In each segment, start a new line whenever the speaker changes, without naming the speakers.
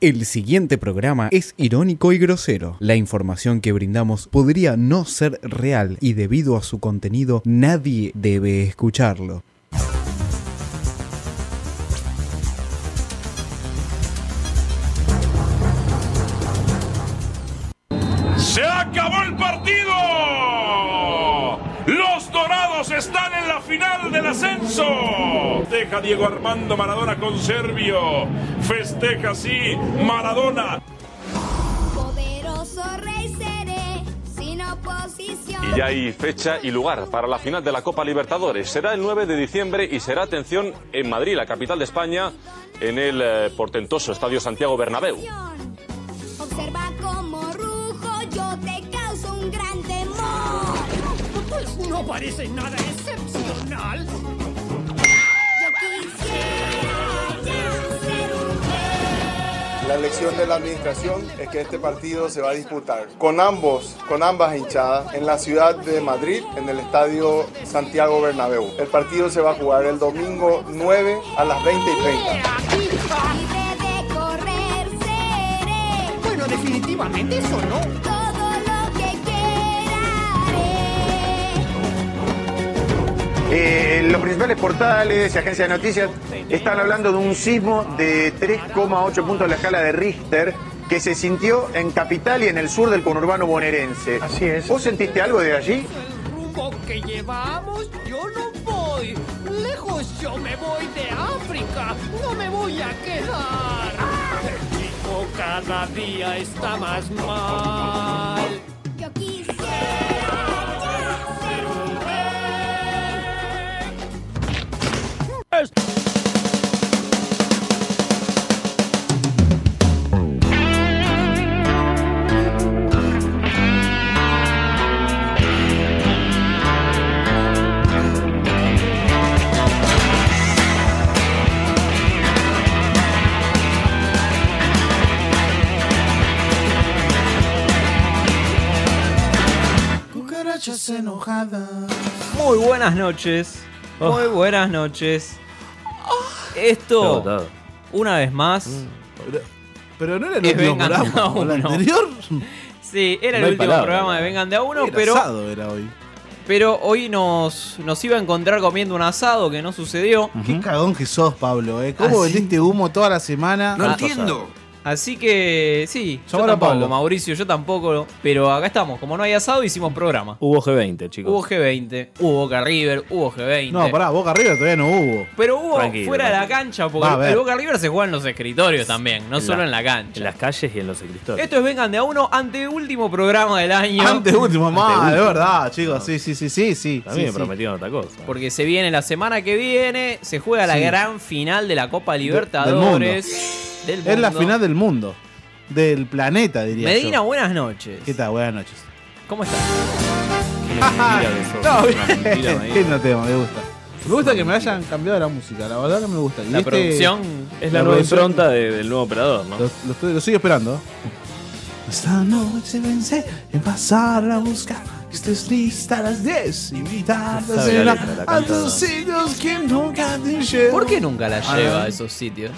El siguiente programa es irónico y grosero. La información que brindamos podría no ser real y debido a su contenido nadie debe escucharlo.
¡Se acabó el partido! ¡Los dorados están en la final del ascenso! Deja Diego Armando Maradona con Servio. Festeja así Maradona.
Poderoso rey seré, sin oposición.
Y ya hay fecha y lugar para la final de la Copa Libertadores. Será el 9 de diciembre y será atención en Madrid, la capital de España, en el eh, portentoso Estadio Santiago Bernabéu.
Observa como rujo, yo te causo un gran temor.
Pues no parece nada excepcional.
Yo quisiera ya ser un
La elección de la administración es que este partido se va a disputar con ambos, con ambas hinchadas, en la ciudad de Madrid, en el estadio Santiago Bernabéu. El partido se va a jugar el domingo 9 a las 20 y 30.
libre de correr, seré
Bueno, definitivamente eso no.
todo lo que quiera. haré.
Eh, los principales portales y agencias de noticias están hablando de un sismo de 3,8 puntos en la escala de Richter que se sintió en capital y en el sur del conurbano bonaerense.
Así es.
¿Vos sentiste algo de allí?
El rumbo que llevamos, yo no voy. Lejos yo me voy de África. No me voy a quedar. México cada día está más mal.
Yo quisiera ya ser un
Muy buenas noches.
Oh.
Muy buenas noches. Esto,
Agotado.
una vez más.
Mm, Pero no era el
Es
último
vengan de a
programa, ¿o el
uno.
anterior.
Sí, era
No
el
hay
último
palabra,
programa de
¿no?
Vengan de a uno,
Era
pero,
asado era hoy.
pero hoy nos, nos iba a encontrar comiendo un asado que no sucedió.
Qué cagón que sos, Pablo, ¿eh? ¿Cómo
Así.
vendiste humo toda la semana?
No entiendo.
Ah, Así que sí, yo
Llamalo a
tampoco,
Pablo.
Mauricio, yo tampoco. Pero acá estamos, como no hay asado, hicimos programa.
Uh,
Hubo G20, chicos.
Hubo G20, hubo Boca River, hubo G20.
No, pará, Boca arriba todavía no hubo.
Pero hubo
Tranquilo,
fuera de la
tranquilo.
cancha,
Va a
porque
ver.
el Boca River se juega en los escritorios también, no
En
solo
la-
en la cancha.
En las calles y en los escritorios.
Esto es Vengan de a uno, anteúltimo programa del año.
Antes
Ah,
último, mamá, de
último.
verdad, chicos. Sí, sí, sí, sí, sí.
A mí me
sí, sí.
prometieron otra cosa.
Porque se viene la semana que viene, se juega la
Sí.
gran final de la Copa Libertadores. del
Es la
mundo.
final del mundo. Del planeta, diría
Medina,
yo.
buenas noches.
¿Qué tal? Buenas noches.
¿Cómo estás?
Qué mentira que sos,
No,
una mentira,
bien.
Medina.
Lindo tema, me gusta. Me gusta que me hayan cambiado la música, la verdad que me gusta. Y
La
este-
producción.
Es la,
La
nueva
producción-
impronta de- del nuevo operador, ¿no?
Lo, lo estoy- lo sigo esperando. Esta noche pensé en pasar a buscar que estés lista a las 10. Invitar
No
a
sabe la
cenar
letra, la
a
canta,
tus
¿no?
sitios que nunca te llevo.
¿Por qué nunca la
Ah,
lleva
no.
a esos sitios?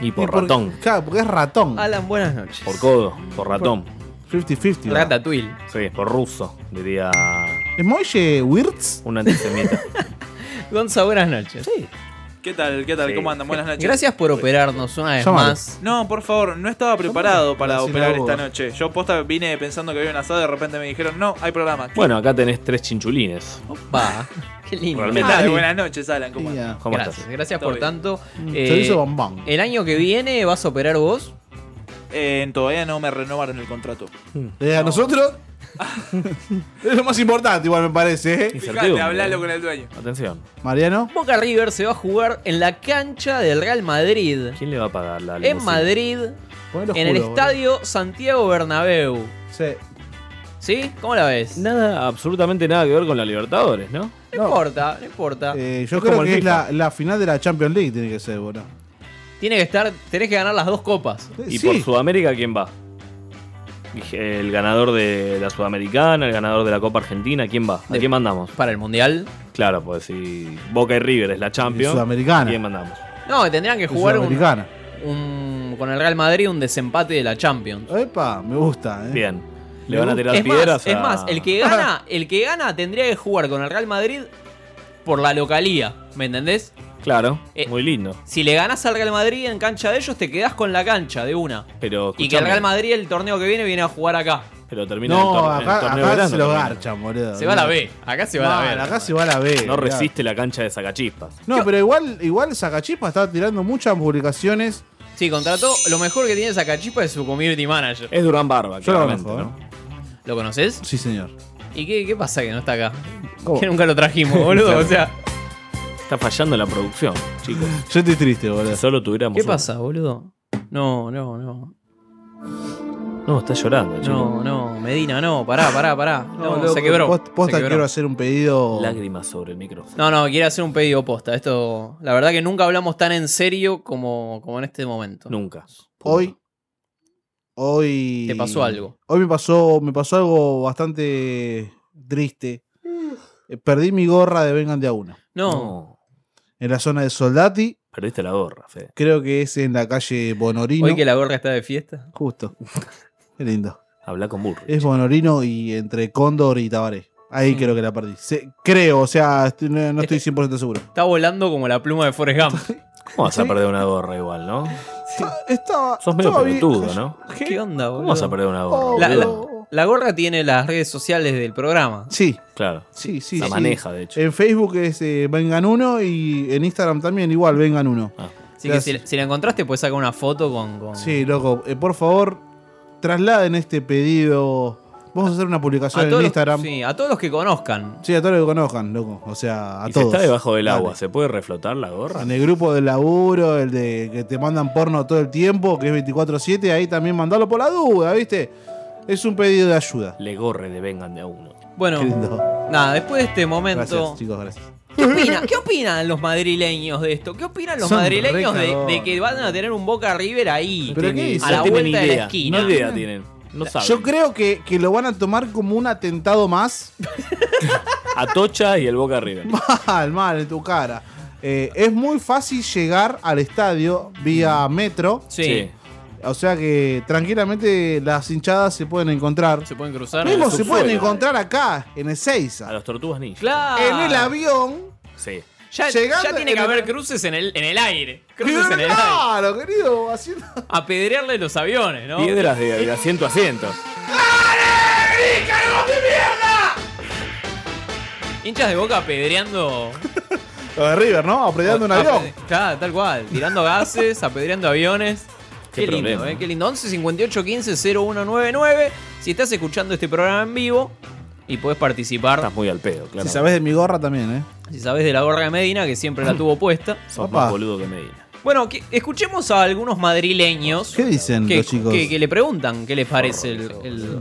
Y
Y
por ratón.
Claro, porque es ratón.
Alan, buenas noches.
Por codo, por ratón.
50-50. ¿no?
Ratatouille.
Sí, por ruso, diría
¿Es Moye Wirtz?
un antisemita.
Gonza, buenas noches.
¿Qué tal? ¿Qué tal?
Sí.
¿Cómo andan? Buenas noches.
Gracias por operarnos una vez
Llámalo.
más.
No, por favor, no estaba preparado para
Gracias,
operar
Lago.
esta noche. Yo posta vine pensando que había un asado y de repente me dijeron, no, hay programa. ¿Qué?
bueno, acá tenés tres chinchulines.
Opa, qué lindo.
¿Qué
Realmente.
tal?
Ay.
Buenas noches, Alan. ¿Cómo andan?
Tía.
¿Cómo
Gracias,
estás?
gracias
Todo
por
bien.
tanto. Eh,
Mm. Se hizo bombón.
el año que viene vas a operar vos.
Eh, todavía no me renovaron el contrato.
Eh, a nosotros. es lo más importante, igual me parece. ¿eh?
Fíjate,
Incertidumbre.
hablalo con el dueño.
Atención.
Mariano.
Boca River se va a jugar en la cancha del Real Madrid.
¿Quién le va a pagar la
En
limusina?
Madrid,
ponelo
en el
juro,
estadio Santiago Bernabéu.
boludo. Sí.
¿Sí? ¿Cómo la ves? No,
Nada, absolutamente nada que ver con la Libertadores, ¿no?
no.
importa, no importa.
Eh, yo
Es
creo
como el
que es
FIFA.
la, la final de la Champions League, tiene que ser, boludo.
Tiene que estar, tenés que ganar las dos copas.
Y
Sí.
por Sudamérica, ¿quién va? El ganador de la Sudamericana, el ganador de la Copa Argentina, ¿quién va? ¿A
De-
quién mandamos?
Para el Mundial.
Claro, pues si Boca y River es la Champions.
Sudamericana.
¿Quién mandamos?
No, tendrían que
Es
jugar un,
Sudamericana.
un- con el Real Madrid un desempate de la Champions.
Epa, me gusta, eh.
Bien.
Me
Le van a
gusta.
tirar
Es más,
piedras.
Es
a-
más, el que gana, el que gana tendría que jugar con el Real Madrid por la localía, ¿me entendés?
Claro,
Eh,
muy lindo.
Si le ganas al Real Madrid en cancha de ellos, te quedás con la cancha de una.
Pero,
Y que el
escuchame,
Real Madrid el torneo que viene viene a jugar acá.
pero termina el,
No,
tor- el
acá,
torneo
acá
verano
se lo
también.
garchan, boludo.
Se va a la B. Acá se va a la
Mal,
B.
Acá se va a la B.
No
mirá.
resiste la cancha de Sacachispas.
No, pero igual, igual Sacachispa está tirando muchas publicaciones.
Sí, contrató. Lo mejor que tiene Sacachispa es su community manager.
Es Durán Barba,
Yo lo
claramente,
conozco, ¿eh?
¿no?
¿Lo conoces?
Sí, señor.
¿Y qué, qué pasa que no está acá?
¿Cómo?
Que nunca lo trajimos, boludo. O sea,
Está fallando la producción, chicos.
Yo estoy triste, boludo.
Si solo tuviéramos.
¿qué
un-
pasa, boludo? No, no, no.
No, está llorando, chicos.
No, no. Medina, no. Pará, pará, pará. No,
loco,
se quebró.
post- Posta
se quebró.
quiero hacer un pedido.
Lágrimas sobre el micrófono.
No, no, quiere hacer un pedido posta. Esto, la verdad que nunca hablamos tan en serio como, como en este momento.
Nunca.
Hoy. Hoy.
Te pasó algo.
Hoy me pasó, me pasó algo bastante triste. Eh, Perdí mi gorra de Vengan de a uno.
No,
En la zona de Soldati.
Perdiste la gorra, Fede.
Creo que es en la calle Bonorino.
hoy que la gorra está de fiesta.
Justo. Qué lindo.
Habla con burro.
Es Bonorino y entre Cóndor y Tabaré. Ahí
Mm. Este
creo que la perdí. Se- creo, o sea, estoy- no, no estoy 100% seguro.
Está volando como la pluma de Forrest Gump.
¿Cómo vas a perder una gorra igual, no?
Está- Ah, Estaba.
Sos medio
estaba bien-
pelotudo, ¿no?
¿Qué, onda, boludo?
¿Cómo vas a perder una gorra?
La- la-
boludo?
La gorra tiene las redes sociales del programa.
Sí,
Claro.
sí, sí.
La
sí.
maneja, de hecho.
En Facebook es eh, Vengan Uno y en Instagram también igual, Vengan Uno.
Ah.
Así que si, si la encontraste, puedes sacar una foto con. con-
Sí, loco, eh, por favor, trasladen este pedido. Vamos a hacer una publicación en
todos
Instagram.
Los,
sí.
sí, a todos los que conozcan.
a todos los que conozcan, loco. O sea, a
Y si
todos.
está debajo del
Dale.
agua, ¿se puede reflotar la gorra?
En el grupo del laburo, el de que te mandan porno todo el tiempo, que es 24-7, ahí también mandalo por la duda, ¿viste? Es un pedido de ayuda.
Le gorre de vengan de a uno.
Qué
Bueno,
lindo.
nada, después de este
Gracias,
momento.
chicos, gracias.
¿Qué, opina- qué opinan los madrileños de esto? ¿Qué opinan los
Son
madrileños de,
recagones.
de que van a tener un Boca River ahí?
Pero ¿qué
a la
No tienen
vuelta de la
idea.
esquina.
No idea tienen. No saben.
Yo creo que, que lo van a tomar como un atentado más.
Atocha y el Boca River.
Mal, mal, en tu cara. Eh, es muy fácil llegar al estadio vía metro.
Sí.
O sea que tranquilamente las hinchadas se pueden encontrar.
Se pueden cruzar.
Mismo
el
se pueden
subsuelo.
encontrar acá, en
A
Ezeiza.
los Tortugas Ninja.
Claro.
En el avión.
Sí.
Ya,
Llegando
ya tiene
en
que
el-
haber cruces en el, en el aire. Cruces en el aire.
Claro, querido. Haciendo...
Apedrearle los aviones, ¿no?
Piedras de, de asiento a asiento.
Hinchas de boca apedreando.
Lo de River, ¿no? Apretando
Ah,
un avión.
Claro, tal cual. Tirando gases, apedreando aviones. Qué,
Qué
lindo,
problema.
¿eh? Qué lindo. 11 58 15 0199. Si estás escuchando este programa en vivo y podés participar,
Estás muy al pedo, claro.
Si sabes de mi gorra también, ¿eh?
si sabés de la gorra de Medina, que siempre la tuvo puesta.
Sos
Papá.
más boludo que Medina.
Bueno, que- escuchemos a algunos madrileños.
¿Qué dicen
que,
los chicos?
que- que le preguntan qué les parece el. el-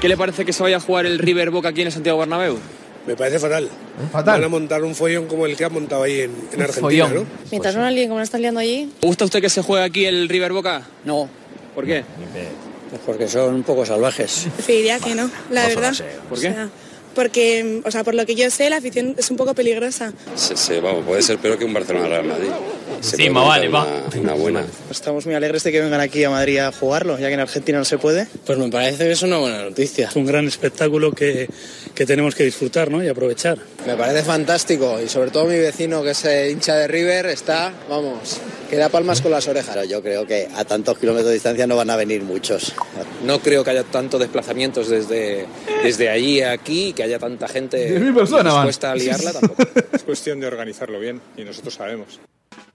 ¿Qué le parece que se vaya a jugar el River Boca aquí en el Santiago Bernabéu?
Me parece fatal. Van a
Fatal.
montar un follón como el que han montado ahí en, en
Un
Argentina,
follón.
¿no?
Mientras no la alguien como la están liando allí,
¿Gusta usted que se juegue aquí el River Boca? No. ¿Por qué?
Porque son un poco salvajes.
preferiría que no, la
Vamos a
verdad.
la lleva.
¿Por
O
qué?
sea, porque, o sea, por lo que yo sé, la afición es un poco peligrosa.
Se, se- vamos, puede ser peor que un Barcelona Real Madrid. Se
Sí,
puede
más vale,
montar Una, una buena.
Estamos muy alegres de que vengan aquí a Madrid a jugarlo, ya que en Argentina no se puede.
Pues me parece que es una buena noticia.
Es un gran espectáculo que, que tenemos que disfrutar ¿no? y aprovechar.
Me parece fantástico y sobre todo mi vecino que es eh, hincha de River está, vamos, que da palmas con las orejas. yo creo que a tantos kilómetros de distancia no van a venir muchos.
No creo que haya tantos desplazamientos desde, desde allí a aquí, que haya tanta
Eh,
gente
10.000 personas van.
dispuesta a liarla tampoco.
Es cuestión de organizarlo bien y nosotros sabemos.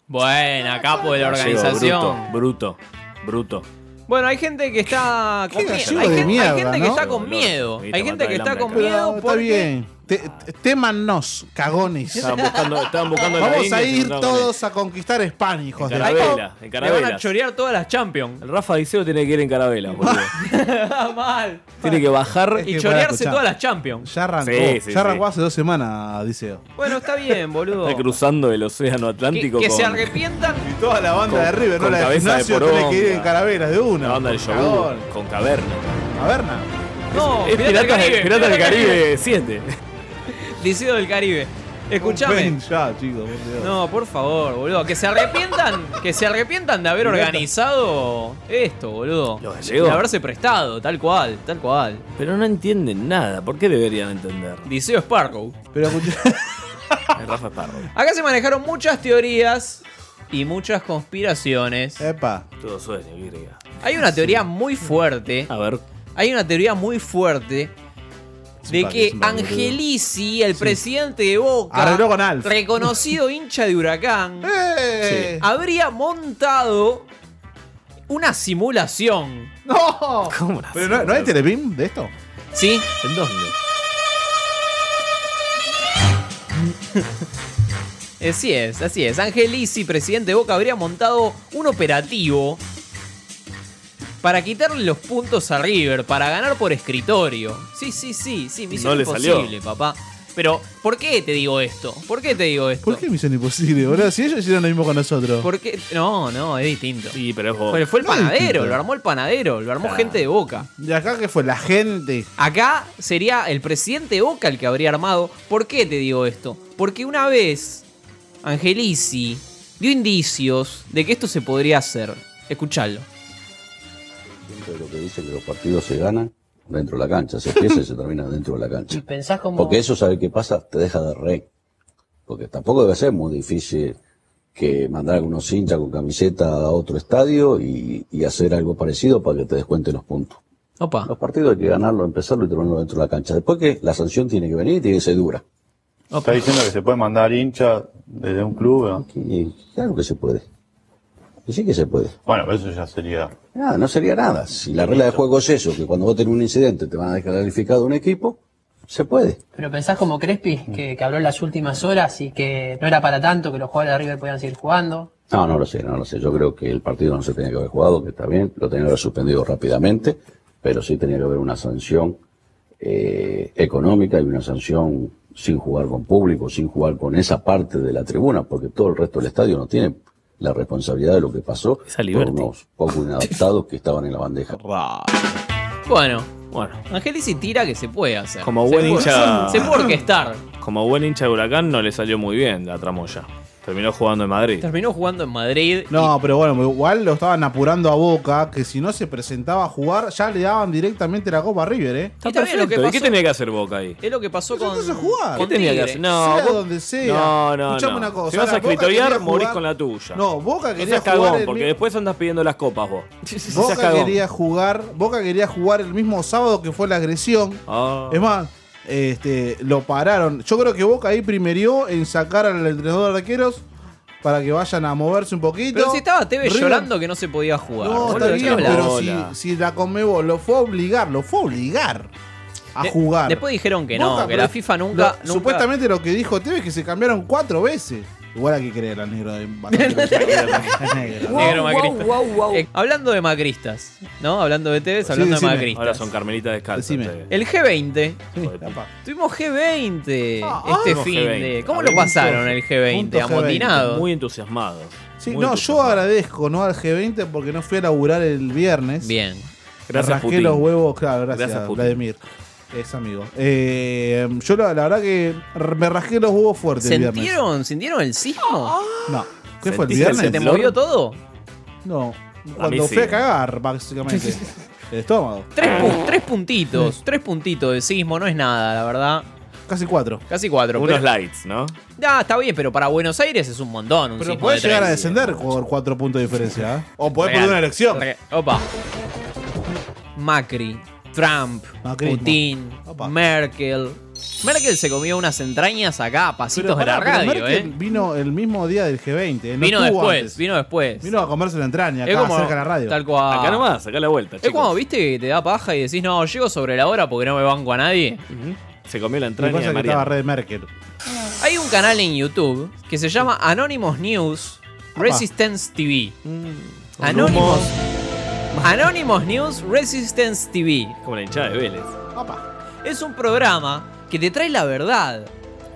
Buena, capo de la organización.
Bruto, bruto. bruto.
Bueno, hay gente que está con miedo. Hay,
gallego de
gente- hay
mierda,
gente que
¿no?
está
Dolor,
con miedo.
dolorita,
Hay gente que
mata el
está
hambre
con
acá.
miedo.
Pero está
porque-
bien. Te- te- témannos, cagones.
Estaban buscando, estaban buscando en la
Vamos
India
a
y se
ir
encontraron con
todos a conquistar España, hijos de la...
Encarabela. Carabela,
Ay,
en
Le van a
Carabela.
chorear todas las Champions. Ah,
él. El Rafa Diceo tiene que ir en carabela, boludo.
Mal.
tiene que bajar.
Y
que para
chorearse
escuchar.
todas las Champions.
Ya arrancó,
Sí, sí,
ya arrancó
sí.
hace dos semanas, Diceo.
Bueno, está bien, boludo.
Está cruzando el océano
Que,
Atlántico
que
con
se arrepientan.
Toda la banda
Con-
de River, no
con
la de
cabeza de
Ignacio, tiene que ir en
poronga.
carabelas de una.
la banda del yogur,
Cagón.
con caverna.
Caverna.
No,
Es
Piratas
Piratas
del Caribe.
Piratas del Caribe 7.
Liceo del Caribe. Escuchame.
Ven ya, chicos, por Dios.
No, por favor, boludo. Que se arrepientan, que se arrepientan de haber
Mirá esta.
organizado esto, boludo. Los
gallegos.
De haberse prestado, tal cual, tal cual.
Pero no entienden nada. ¿Por qué deberían entender?
Liceo Sparrow.
Pero
Rafa Sparrow.
Acá se manejaron muchas teorías y muchas conspiraciones.
Epa.
Todo sueño, griega.
Hay una teoría muy fuerte.
A ver.
Hay una teoría muy fuerte de
pa-
que
es un pa-
Angelici, el
Sí.
presidente de Boca,
Arregló con Alf.
reconocido hincha de Huracán,
¡Eh!
sí, habría montado una simulación.
¡No! Pero no, ¿no hay Telebeam de esto?
¿Sí?
¿En dónde?
Así Eh, es, así es. Angelici, presidente de Boca, habría montado un operativo para quitarle los puntos a River, para ganar por escritorio. Sí, sí, sí, sí, misión
No le salió.
imposible, papá. Pero, ¿por qué te digo esto? ¿Por qué te digo esto?
¿Por qué Misión Imposible, boludo? Si ellos hicieron lo mismo con nosotros.
¿Por qué? No, no, es distinto.
Sí, pero es Boca.
Fue, fue el
No,
panadero,
distinto.
lo armó el panadero, lo armó gente de Boca.
¿Y acá qué fue? La gente.
Acá sería el presidente de Boca el que habría armado. ¿Por qué te digo esto? Porque una vez Angelici dio indicios de que esto se podría hacer. Escuchadlo.
Siempre lo que dicen que los partidos se ganan dentro de la cancha, se empieza y se termina dentro de la cancha.
Pensás como.
Porque eso, ¿sabe qué pasa? Te deja de rey. Porque tampoco debe ser muy difícil que mandar a algunos hinchas con camiseta a otro estadio y, y hacer algo parecido para que te descuenten los puntos.
Opa.
Los partidos hay que ganarlo, empezarlo y terminarlo dentro de la cancha. Después que la sanción tiene que venir y tiene que ser dura.
Está diciendo que se puede mandar hincha desde un club. ¿no?
Y claro que se puede. Y sí que se puede.
Bueno, pero eso ya sería.
Nada, no sería nada. Si la regla de juego es eso, que cuando vos tenés un incidente te van a descalificar de un equipo, se puede.
Pero pensás como Crespi, que, que habló en las últimas horas y que no era para tanto, que los jugadores de River podían seguir jugando.
No, no lo sé, no lo sé. Yo creo que el partido no se tenía que haber jugado, que está bien, lo tenía que haber suspendido rápidamente, pero sí tenía que haber una sanción eh, económica y una sanción sin jugar con público, sin jugar con esa parte de la tribuna, porque todo el resto del estadio no tiene la responsabilidad de lo que pasó por
Liberty.
unos pocos inadaptados que estaban en la bandeja.
Bueno,
bueno.
Angelici tira que se puede hacer.
Como
Se
buen
puede-
hincha-
Se puede orquestar.
Como buen hincha de Huracán, no le salió muy bien la tramoya. Terminó jugando en Madrid.
Terminó jugando en Madrid.
No, pero bueno, igual lo estaban apurando a Boca, que si no se presentaba a jugar, ya le daban directamente la Copa a River, ¿eh?
Está bien, lo
Perfecto,
que
¿Y qué
pasó-
tenía que hacer Boca ahí?
Es lo que pasó con.
¿Qué
con
tenía que
Tigre.
hacer? No,
sea
vos-
donde sea.
No, no,
Escuchame
no.
una cosa,
Si vas
ahora,
a
Boca
escritoriar,
quería
morís
jugar-
con la tuya.
No, Boca
No
quería
seas
jugar
cagón,
el
porque
mi-
después andas pidiendo las copas vos. No seas
Boca
cagón.
quería jugar, Boca quería jugar el mismo sábado que fue la agresión.
Ah.
Es más, este, lo pararon. Yo creo que Boca ahí primerió en sacar al entrenador de arqueros para que vayan a moverse un poquito.
Pero si estaba TV
River-
llorando que no se podía jugar.
No,
boludo,
está
¿de qué
bien,
hablas?
pero si, si la Conmebol lo fue a obligar, lo fue a obligar a
De-
jugar.
Después dijeron que no,
Boca,
que
pero
la FIFA nunca.
lo-
nunca-
Supuestamente lo que dijo Tevez es que se cambiaron cuatro veces. Igual hay que creer al negro de
Negro
Wow,
macrista. Eh, hablando de macristas, ¿no? Hablando de TVs, hablando de macristas.
Ahora son carmelitas descalzas. ustedes.
El G20.
Hijo de puta.
Tuvimos G20
ah.
este
Tuvimos
fin de.
G20.
¿Cómo lo
Punto-
pasaron el G20?
punto
Amotinado.
Muy entusiasmados.
Sí,
Muy
no,
entusiasmados.
yo agradezco no al G20 porque no fui a laburar el viernes.
Bien.
Gracias,
Rasqué
Putin.
los huevos, claro, gracias,
Gracias, Putin.
Vladimir. Es amigo. Eh, yo la, la verdad que r- me rasqué los huevos fuerte el viernes.
¿Sintieron, ¿Sintieron el sismo?
No. ¿Qué fue el
¿Sentiste
viernes?
¿Se te movió todo?
No.
mí
Cuando
sí.
fui a cagar, básicamente. el estómago.
Tres,
Ah.
pu- tres puntitos. Tres puntitos de sismo, no es nada, la verdad.
Casi cuatro.
Casi cuatro.
Unos
pero-
lights, ¿no?
Ah, está bien, pero para Buenos Aires es un montón. Un
Pero
sismo
podés
de
llegar a
tres.
descender por cuatro puntos de diferencia. ¿eh? O podés
Real.
perder una elección.
Re- Opa. Macri, Trump,
Macrismo.
Putin, Merkel. Merkel se comió unas entrañas acá, a pasitos de la
pará, pero
radio,
Merkel
¿eh?
Vino el mismo día del G20. eh, no
Vino
estuvo
después,
antes.
vino después.
Vino a comerse la entraña
Es
acá
como-
cerca de la radio.
Tal cual.
Acá nomás, acá la vuelta.
Es
chicos.
como, viste, que te da paja y decís, no, llego sobre la hora porque no me banco a nadie.
Se comió la
Lo que
entraña
pasa
de
es que estaba
María.
re de Merkel.
Hay un canal en YouTube que se llama Anonymous News Resistance TV.
Mm.
Anonymous, Anonymous News Resistance TV.
Como la hinchada de Vélez.
Es un programa que te trae la verdad.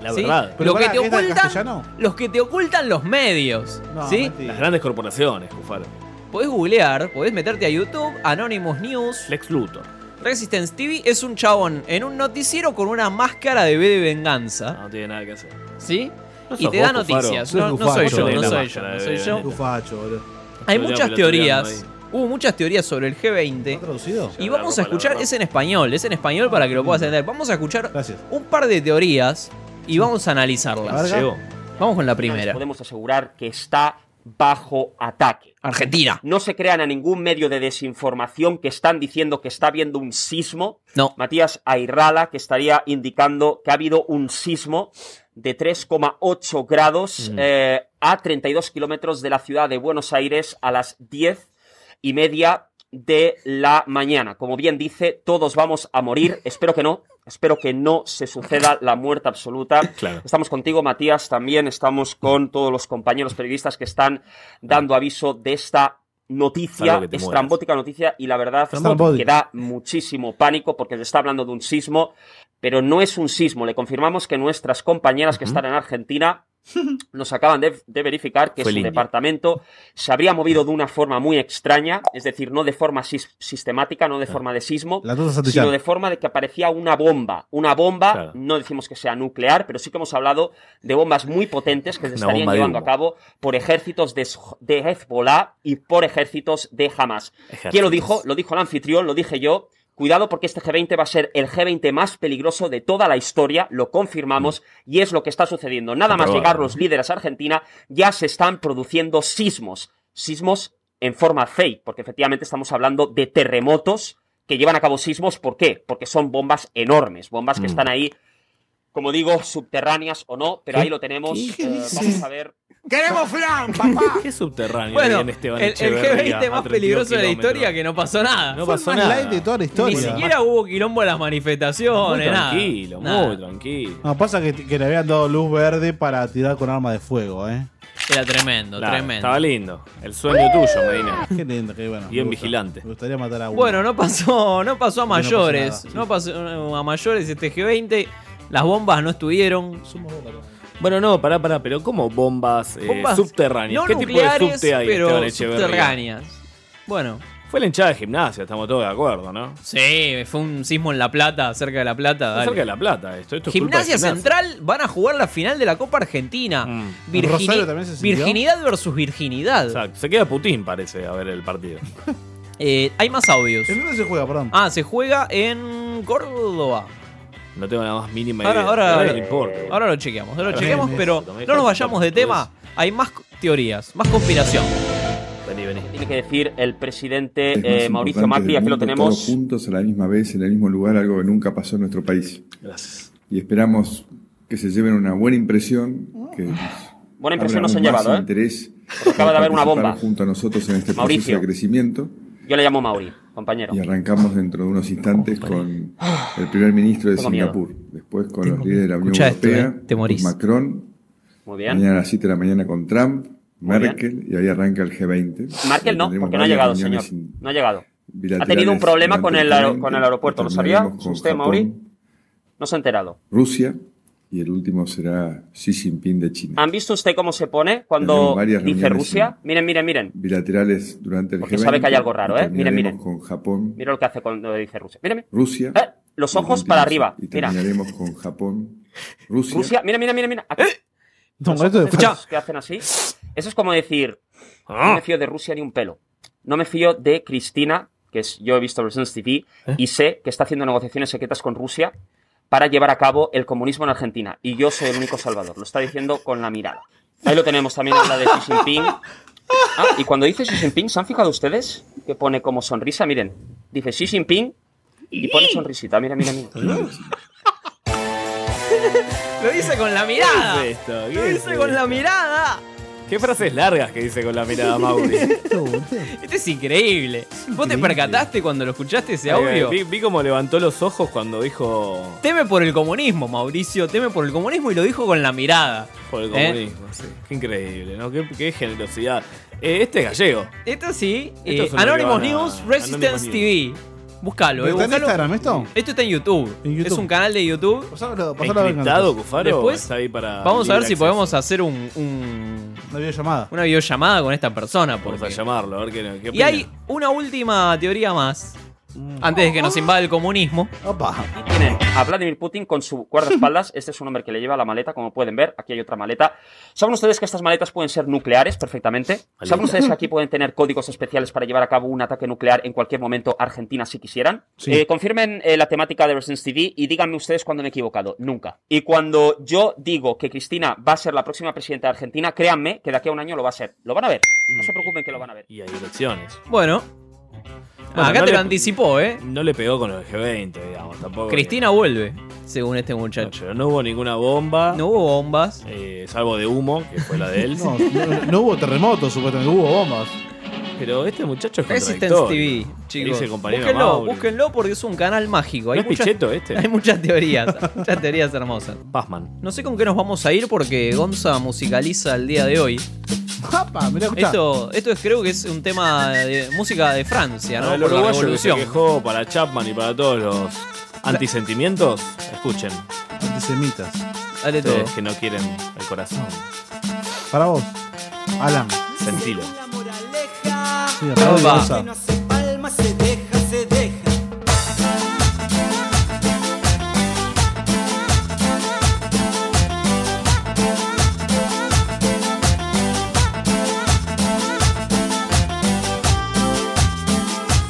La
¿sí?
verdad.
Lo que te
¿esta en
ocultan, los que te ocultan los medios. ¿sí?
Las grandes corporaciones, Cufaro.
Podés googlear, podés meterte a YouTube, Anonymous News.
Lex Luthor.
Resistance TV es un chabón en un noticiero con una máscara de B de venganza.
No tiene nada que hacer.
¿sí?
No
y
sos
te
vos, Cufaro.
da noticias.
Sos
No, no soy
Gufacho
yo,
de
no
la
soy yo,
máscara
no
de
soy yo.
Belén.
Gufacho, boludo.
Hay
Lo
muchas
llevo
teorías.
piloteando
Hubo muchas teorías sobre el G20. traducido? Y vamos a escuchar, es en español, es en español para que lo puedas entender. Vamos a escuchar un par de teorías y vamos a analizarlas.
Vargas. Llegó.
Vamos con la primera.
Podemos asegurar que está bajo ataque.
Argentina.
No se crean a ningún medio de desinformación que están diciendo que está habiendo un sismo.
No.
Matías Airrala, que estaría indicando que ha habido un sismo de 3,8 grados
Mm.
eh, a 32 kilómetros de la ciudad de Buenos Aires a las 10 y media de la mañana. Como bien dice, todos vamos a morir. Espero que no. Espero que no se suceda la muerte absoluta. Estamos contigo, Matías, también estamos con todos los compañeros periodistas que están dando aviso de esta noticia,
Salvo que te mueras.
estrambótica noticia, y la verdad
Estrambótica.
que da muchísimo pánico porque se está hablando de un sismo, pero no es un sismo. Le confirmamos que nuestras compañeras que están en Argentina nos acaban de, de verificar que
Fue
su
lindo.
departamento se habría movido de una forma muy extraña, es decir, no de forma sis- sistemática, no de forma de sismo,
La nota
sino
satelital.
de forma de que aparecía una bomba. Una bomba,
Claro.
no decimos que sea nuclear, pero sí que hemos hablado de bombas muy potentes que se
Una
estarían
bomba de
llevando a
humo.
cabo por ejércitos de, de Hezbollah y por ejércitos de Hamas. ¿Quién lo dijo? Lo dijo el anfitrión, lo dije yo. Cuidado porque este G20 va a ser el G20 más peligroso de toda la historia, lo confirmamos,
Mm.
y es lo que está sucediendo. Nada más
Comprobado.
llegar los líderes a Argentina, ya se están produciendo sismos. Sismos en forma fake, porque efectivamente estamos hablando de terremotos que llevan a cabo sismos. ¿Por qué? Porque son bombas enormes, bombas que
Mm.
están ahí, como digo, subterráneas o no, pero
¿Qué?
ahí lo tenemos.
¿Qué
eh,
dices?
vamos a ver.
¡Queremos flan, papá!
¿Qué subterráneo
Bueno,
viene Esteban
el, el
Echeverría
G20
a
más
32
peligroso de la
kilómetros?
historia que no pasó nada.
No Fue el pasó más nada. light de toda la historia.
Ni siquiera hubo quilombo en las manifestaciones,
Muy
nada.
tranquilo,
Nada.
muy tranquilo.
No, pasa que, que le habían dado luz verde para tirar con arma de fuego, ¿eh?
Era tremendo,
Claro,
tremendo.
Estaba lindo. El sueño tuyo,
Ah.
Medina.
Qué lindo, qué bueno.
Bien
me gusta.
vigilante.
Me gustaría matar a uno.
Bueno, no pasó, no pasó a
No pasó
mayores.
nada.
No pasó, a mayores este G20. Las bombas no estuvieron.
Bueno, no, pará, pará, pero ¿cómo bombas, eh,
Bombas
subterráneas?
no
¿Qué tipo de
nucleares,
subte hay,
pero
Esteban Echeverría?
subterráneas. Bueno.
Fue la hinchada de gimnasia, estamos todos de acuerdo, ¿no?
Sí, fue un sismo en La Plata, cerca de La Plata.
Está
dale.
cerca de La Plata esto. esto es culpa de
Gimnasia
gimnasia Mm.
Central van a jugar la final de la Copa Argentina. Virgini-
Rosario también se sintió.
virginidad versus virginidad.
Exacto. Se queda Putin, parece, a ver el partido.
Eh, hay más audios.
¿En dónde se juega, perdón?
Ah, se juega en Córdoba.
No tengo la más mínima
Ahora,
idea.
ahora,
Pero no le importa.
ahora lo chequeamos, ahora lo
Ahora
chequeamos,
bien,
pero
eso, también
no nos
falta
vayamos de tema. Hay más teorías, más conspiración.
Vení, vení.
Tiene que decir el presidente
Es más
eh, Mauricio
importante
Macri,
del
aquí lo
mundo,
tenemos.
Todos juntos, a la misma vez, en el mismo lugar, algo que nunca pasó en nuestro país.
Gracias.
Y esperamos que se lleven una buena impresión. Que
Buena impresión
abran
nos
aún
han
más
llevado, ¿eh?
interés
Acaba de haber una
participar
bomba.
Junto a nosotros en este
Mauricio.
proceso de crecimiento.
Yo le llamo Mauri, compañero.
Y arrancamos dentro de unos instantes con el primer ministro de
Tengo miedo.
Singapur. Después con los líderes de la Unión
Escucha esto,
Europea.
¿eh? Te morís.
Macron.
Muy bien.
Mañana a las 7 de la mañana con Trump.
Muy bien.
Merkel. Y ahí arranca el G20.
Markel no, porque
Tendremos
no ha
varias
llegado, señor.
reuniones
No ha llegado. Ha
bilaterales
tenido un problema con el, aer-
durante
con el aeropuerto, ¿lo sabía?
terminaremos con
¿Usted,
Japón.
Mauri? No se ha enterado.
Rusia y el último será Xi Jinping de China.
¿Han visto usted cómo se pone
Tenemos
cuando
varias
dice
reuniones,
Rusia? Miren, miren, miren.
Bilaterales durante el
Porque
G20,
sabe que hay algo raro, ¿eh? Miren,
terminaremos
miren.
con Japón,
Mira lo que hace cuando dice Rusia. Mírame.
Rusia.
Los Eh, ojos para arriba.
Y
Mira.
terminaremos con Japón, Rusia.
Rusia, mira, mira, mira, mira.
¿Eh?
Aquí. Los
esto
ojos
de
esos que hacen así. Eso es como decir, no me fío de Rusia ni un pelo. No me fío de Cristina, que es, yo he visto Residence TV,
¿Eh?
y sé que está haciendo negociaciones secretas con Rusia para llevar a cabo el comunismo en Argentina. Y yo soy el único salvador. Lo está diciendo con la mirada. Ahí lo tenemos también, la de Xi Jinping. Ah, y cuando dice Xi Jinping, ¿se han fijado ustedes? Que pone como sonrisa, miren. Dice Xi Jinping y pone sonrisita. Mira, mira, mira.
Lo dice con la mirada.
¿Qué es esto? ¿Qué
Lo
es
dice con la
esto?
mirada.
¿Qué frases largas que dice con la mirada Mauri?
Este es increíble. ¿Vos te percataste cuando lo escuchaste ese
Ahí va,
audio?
Vi, vi cómo levantó los ojos cuando dijo.
Teme por el comunismo, Mauricio. Teme por el comunismo y lo dijo con la mirada.
Por el
¿Eh?
comunismo, sí. Qué increíble, ¿no? Qué, qué generosidad. Eh, este es gallego.
Esto sí.
Esto
eh,
es una
Anonymous
que van a-
News Resistance
Anonymous
TV. Búscalo, eh,
¿Está en
búscalo.
Instagram esto?
Esto está en YouTube. Es un canal de YouTube.
pasalo a ver, Encriptado, Carlitos.
Cufaro,
Después,
está ahí para
vamos a ver
libre
si
acceso.
podemos hacer un, un-
Una videollamada.
una videollamada con esta persona.
Vamos
porque-
a llamarlo, a ver qué, qué
Y
opina.
hay una última teoría más
Mm.
Antes de que nos invada el comunismo.
Tienen a Vladimir Putin con su guardaespaldas. Este es un hombre que le lleva la maleta, como pueden ver. Aquí hay otra maleta. ¿Saben ustedes que estas maletas pueden ser nucleares perfectamente? ¿Saben
Maleta.
ustedes que aquí pueden tener códigos especiales para llevar a cabo un ataque nuclear en cualquier momento a Argentina si quisieran?
Sí.
Eh, confirmen eh, la temática de Residence TV y díganme ustedes cuando me he equivocado. Nunca. Y cuando yo digo que Cristina va a ser la próxima presidenta de Argentina, créanme que de aquí a un año lo va a ser. Lo van a ver. No se preocupen que lo van a ver.
Y hay elecciones.
Bueno. Acá
no le-
te lo anticipó, ¿eh?
No le pegó con los G20, digamos, tampoco.
Cristina vuelve, según este muchacho.
No, hubo ninguna bomba.
No hubo bombas.
Eh, salvo de humo, que fue la de él.
No, no, no hubo terremotos, supuestamente, hubo bombas.
Pero este muchacho es
Resistance TV, chicos.
Dice compañero
búsquenlo,
Mauro.
búsquenlo porque es un canal mágico. Hay
¿No es
muchas-
Pichetto este?
Hay muchas teorías, muchas teorías hermosas.
Batman.
No sé con qué nos vamos a ir porque Gonza musicaliza el día de hoy. Esto, esto es, creo que es un tema de música de Francia, ¿no?
Para Ah, el
Por la
uruguayo que se
revolución.
quejó para Chapman y para todos los antisentimientos, escuchen.
Antisemitas.
Dale
Ustedes
todo.
que no quieren el corazón.
Para vos, Alan.
Sentilo.
Sí, Radio
Opa.
Gonza.
Palma se deja, se deja.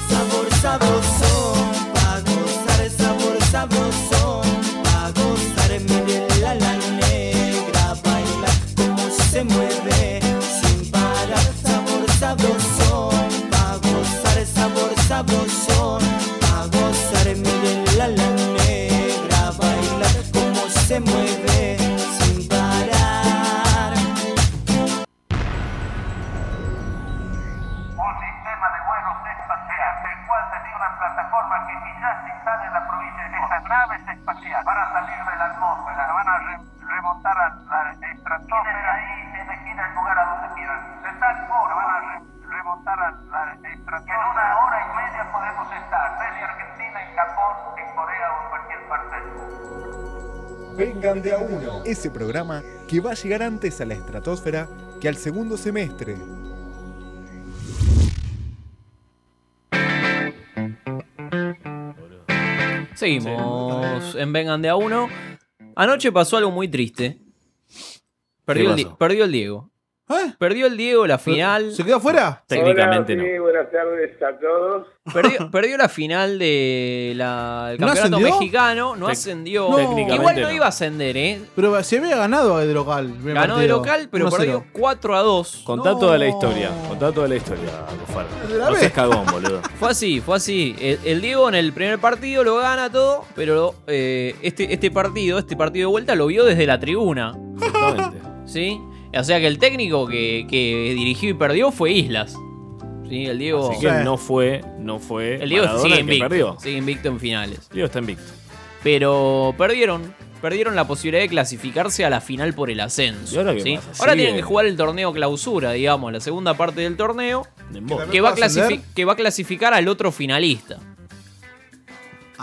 Sabor sabrosón, pa' gozar, sabor sabrosón, pa' gozar, mire la la negra, baila como se mueve, sin parar, sabor sabrosón, pa' gozar, sabor sabrosón, pa' gozar, mire la la negra, baila como se mueve, sin parar.
Un sistema de vuelos espacial, el cual tenía una plataforma que quizás se instale en la provincia. Estas naves espaciales van a salir de la atmósfera, van a re- remontar a la estratosfera y desde ahí elegir el lugar a donde quieran. De tal forma van a re- remontar a la estratosfera. En una hora y media podemos estar desde Argentina, en Japón, en Corea o en cualquier parte.
Vengan de a uno. Ese programa que va a llegar antes a la estratosfera que al segundo semestre.
Seguimos en Vengan de a uno. Anoche pasó algo muy triste. Perdió, el, Di-
pasó?
perdió el Diego. Perdió el Diego la final. ¿Eh? ¿Se quedó afuera? Técnicamente
Hola, sí, buenas tardes a todos.
no. Perdió, perdió la final del del
¿No
campeonato
ascendió?
mexicano. No
Tec-
ascendió.
No. Técnicamente
Igual no
no.
iba a ascender, ¿eh?
Pero se había ganado de local. el primer
Ganó de
partido.
local, pero
1-0.
perdió 4 a 2.
Contá toda la historia. Contá toda la historia, Cufaro.
De la
No
vez.
seas cagón, boludo.
Fue así, fue así. El, el Diego en el primer partido lo gana todo, pero eh, este, este partido, este partido de vuelta lo vio desde la tribuna.
Exactamente.
¿Sí? O sea que el técnico que, que dirigió y perdió fue Islas. ¿Sí? El Diego.
Así que no fue, no fue.
El Diego
Maradona
sigue
el que perdió.
invicto, sigue invicto en finales.
Diego está invicto.
Pero perdieron. Perdieron la posibilidad de clasificarse a la final por el ascenso.
¿Y ahora qué
¿sí?
pasa?
Ahora
Sigue.
tienen que jugar el torneo clausura, digamos, la segunda parte del torneo.
también
Que va, a
puede ascender.
clasifi- que va a clasificar al otro finalista.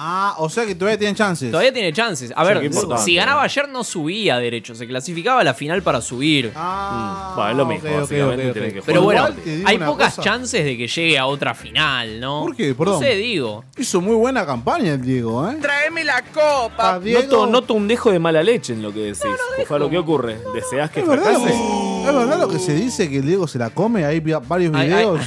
Ah, o sea que todavía tienen chances.
Todavía tiene chances. A
Sí,
ver,
qué importante.
si ganaba ayer no subía derecho, se clasificaba a la final para subir.
Bueno, Mm, es lo mismo,
Ah, ok, ok,
básicamente
ok, ok.
tenés que jugar.
Pero bueno,
Igual te digo
hay
una
pocas
cosa.
chances de que llegue a otra final, ¿no? ¿Por
qué? Perdón.
No sé, digo.
Hizo muy buena campaña el Diego, ¿eh?
Traeme la copa.
Noto, noto un dejo de mala leche en lo que decís. Cufaro, ¿qué ocurre? ¿Deseas que
¿Es verdad, lo que,
fracase?
es verdad lo que se dice que el Diego se la come? Hay vi- varios
Ay, ay.
videos,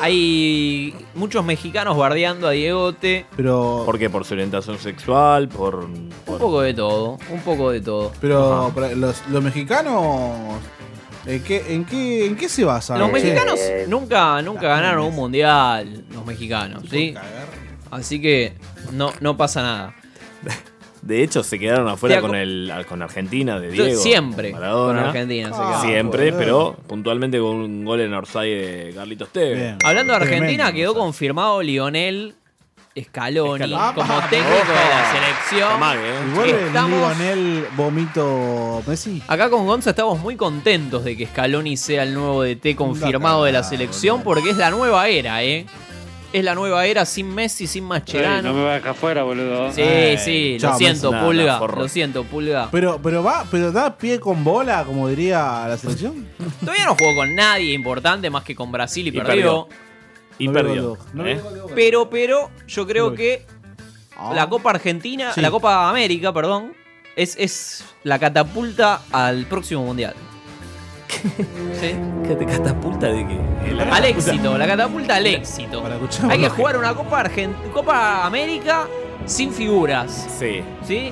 Hay muchos mexicanos bardeando a Diegote.
pero.
¿Por qué? ¿Por su orientación sexual? ¿Por.?
Un poco de todo, un poco de todo.
Pero para- los, los mexicanos. ¿En qué, en, qué, ¿En qué se Eh, basan?
Los
che?
mexicanos
Eh,
nunca, nunca ganaron un mundial, los mexicanos, ¿sí? Así que no, no pasa nada.
De hecho, se quedaron afuera
Te acu-
con, el, ah, con Argentina de
Yo-
Diego.
siempre
Maradona.
con Argentina se quedaron.
Siempre,
Ah,
pero puntualmente con un gol en Orsay de Carlitos Tevez.
Hablando de Argentina, quedó confirmado Lionel Scaloni como técnico de la selección.
eh.
¿Y vuelve el
Estamos-
Lionel Vomito Messi?
Acá con Gonza estamos muy contentos de que Scaloni sea el nuevo DT confirmado de la selección porque es la nueva era, ¿eh? Es la nueva era sin Messi, sin Mascherano.
no me vas a dejar fuera, boludo.
Sí, sí,
chao,
lo siento,
Messi.
Pulga.
Nada, forro.
lo siento, Pulga.
Pero, pero va, pero da pie con bola, como diría la selección.
Todavía no jugó con nadie importante más que con Brasil y,
Y
perdió.
perdió.
y
No veo
perdió.
gol
¿eh?
Pero, pero, yo creo
Uy.
que la Copa Argentina,
Sí.
la Copa América, perdón, es, es la catapulta al próximo mundial. ¿Sí?
¿Qué te catapulta de qué?
Al éxito, la catapulta al éxito. Hay que jugar una Copa Argent- Copa América sin figuras.
Sí.
¿Sí?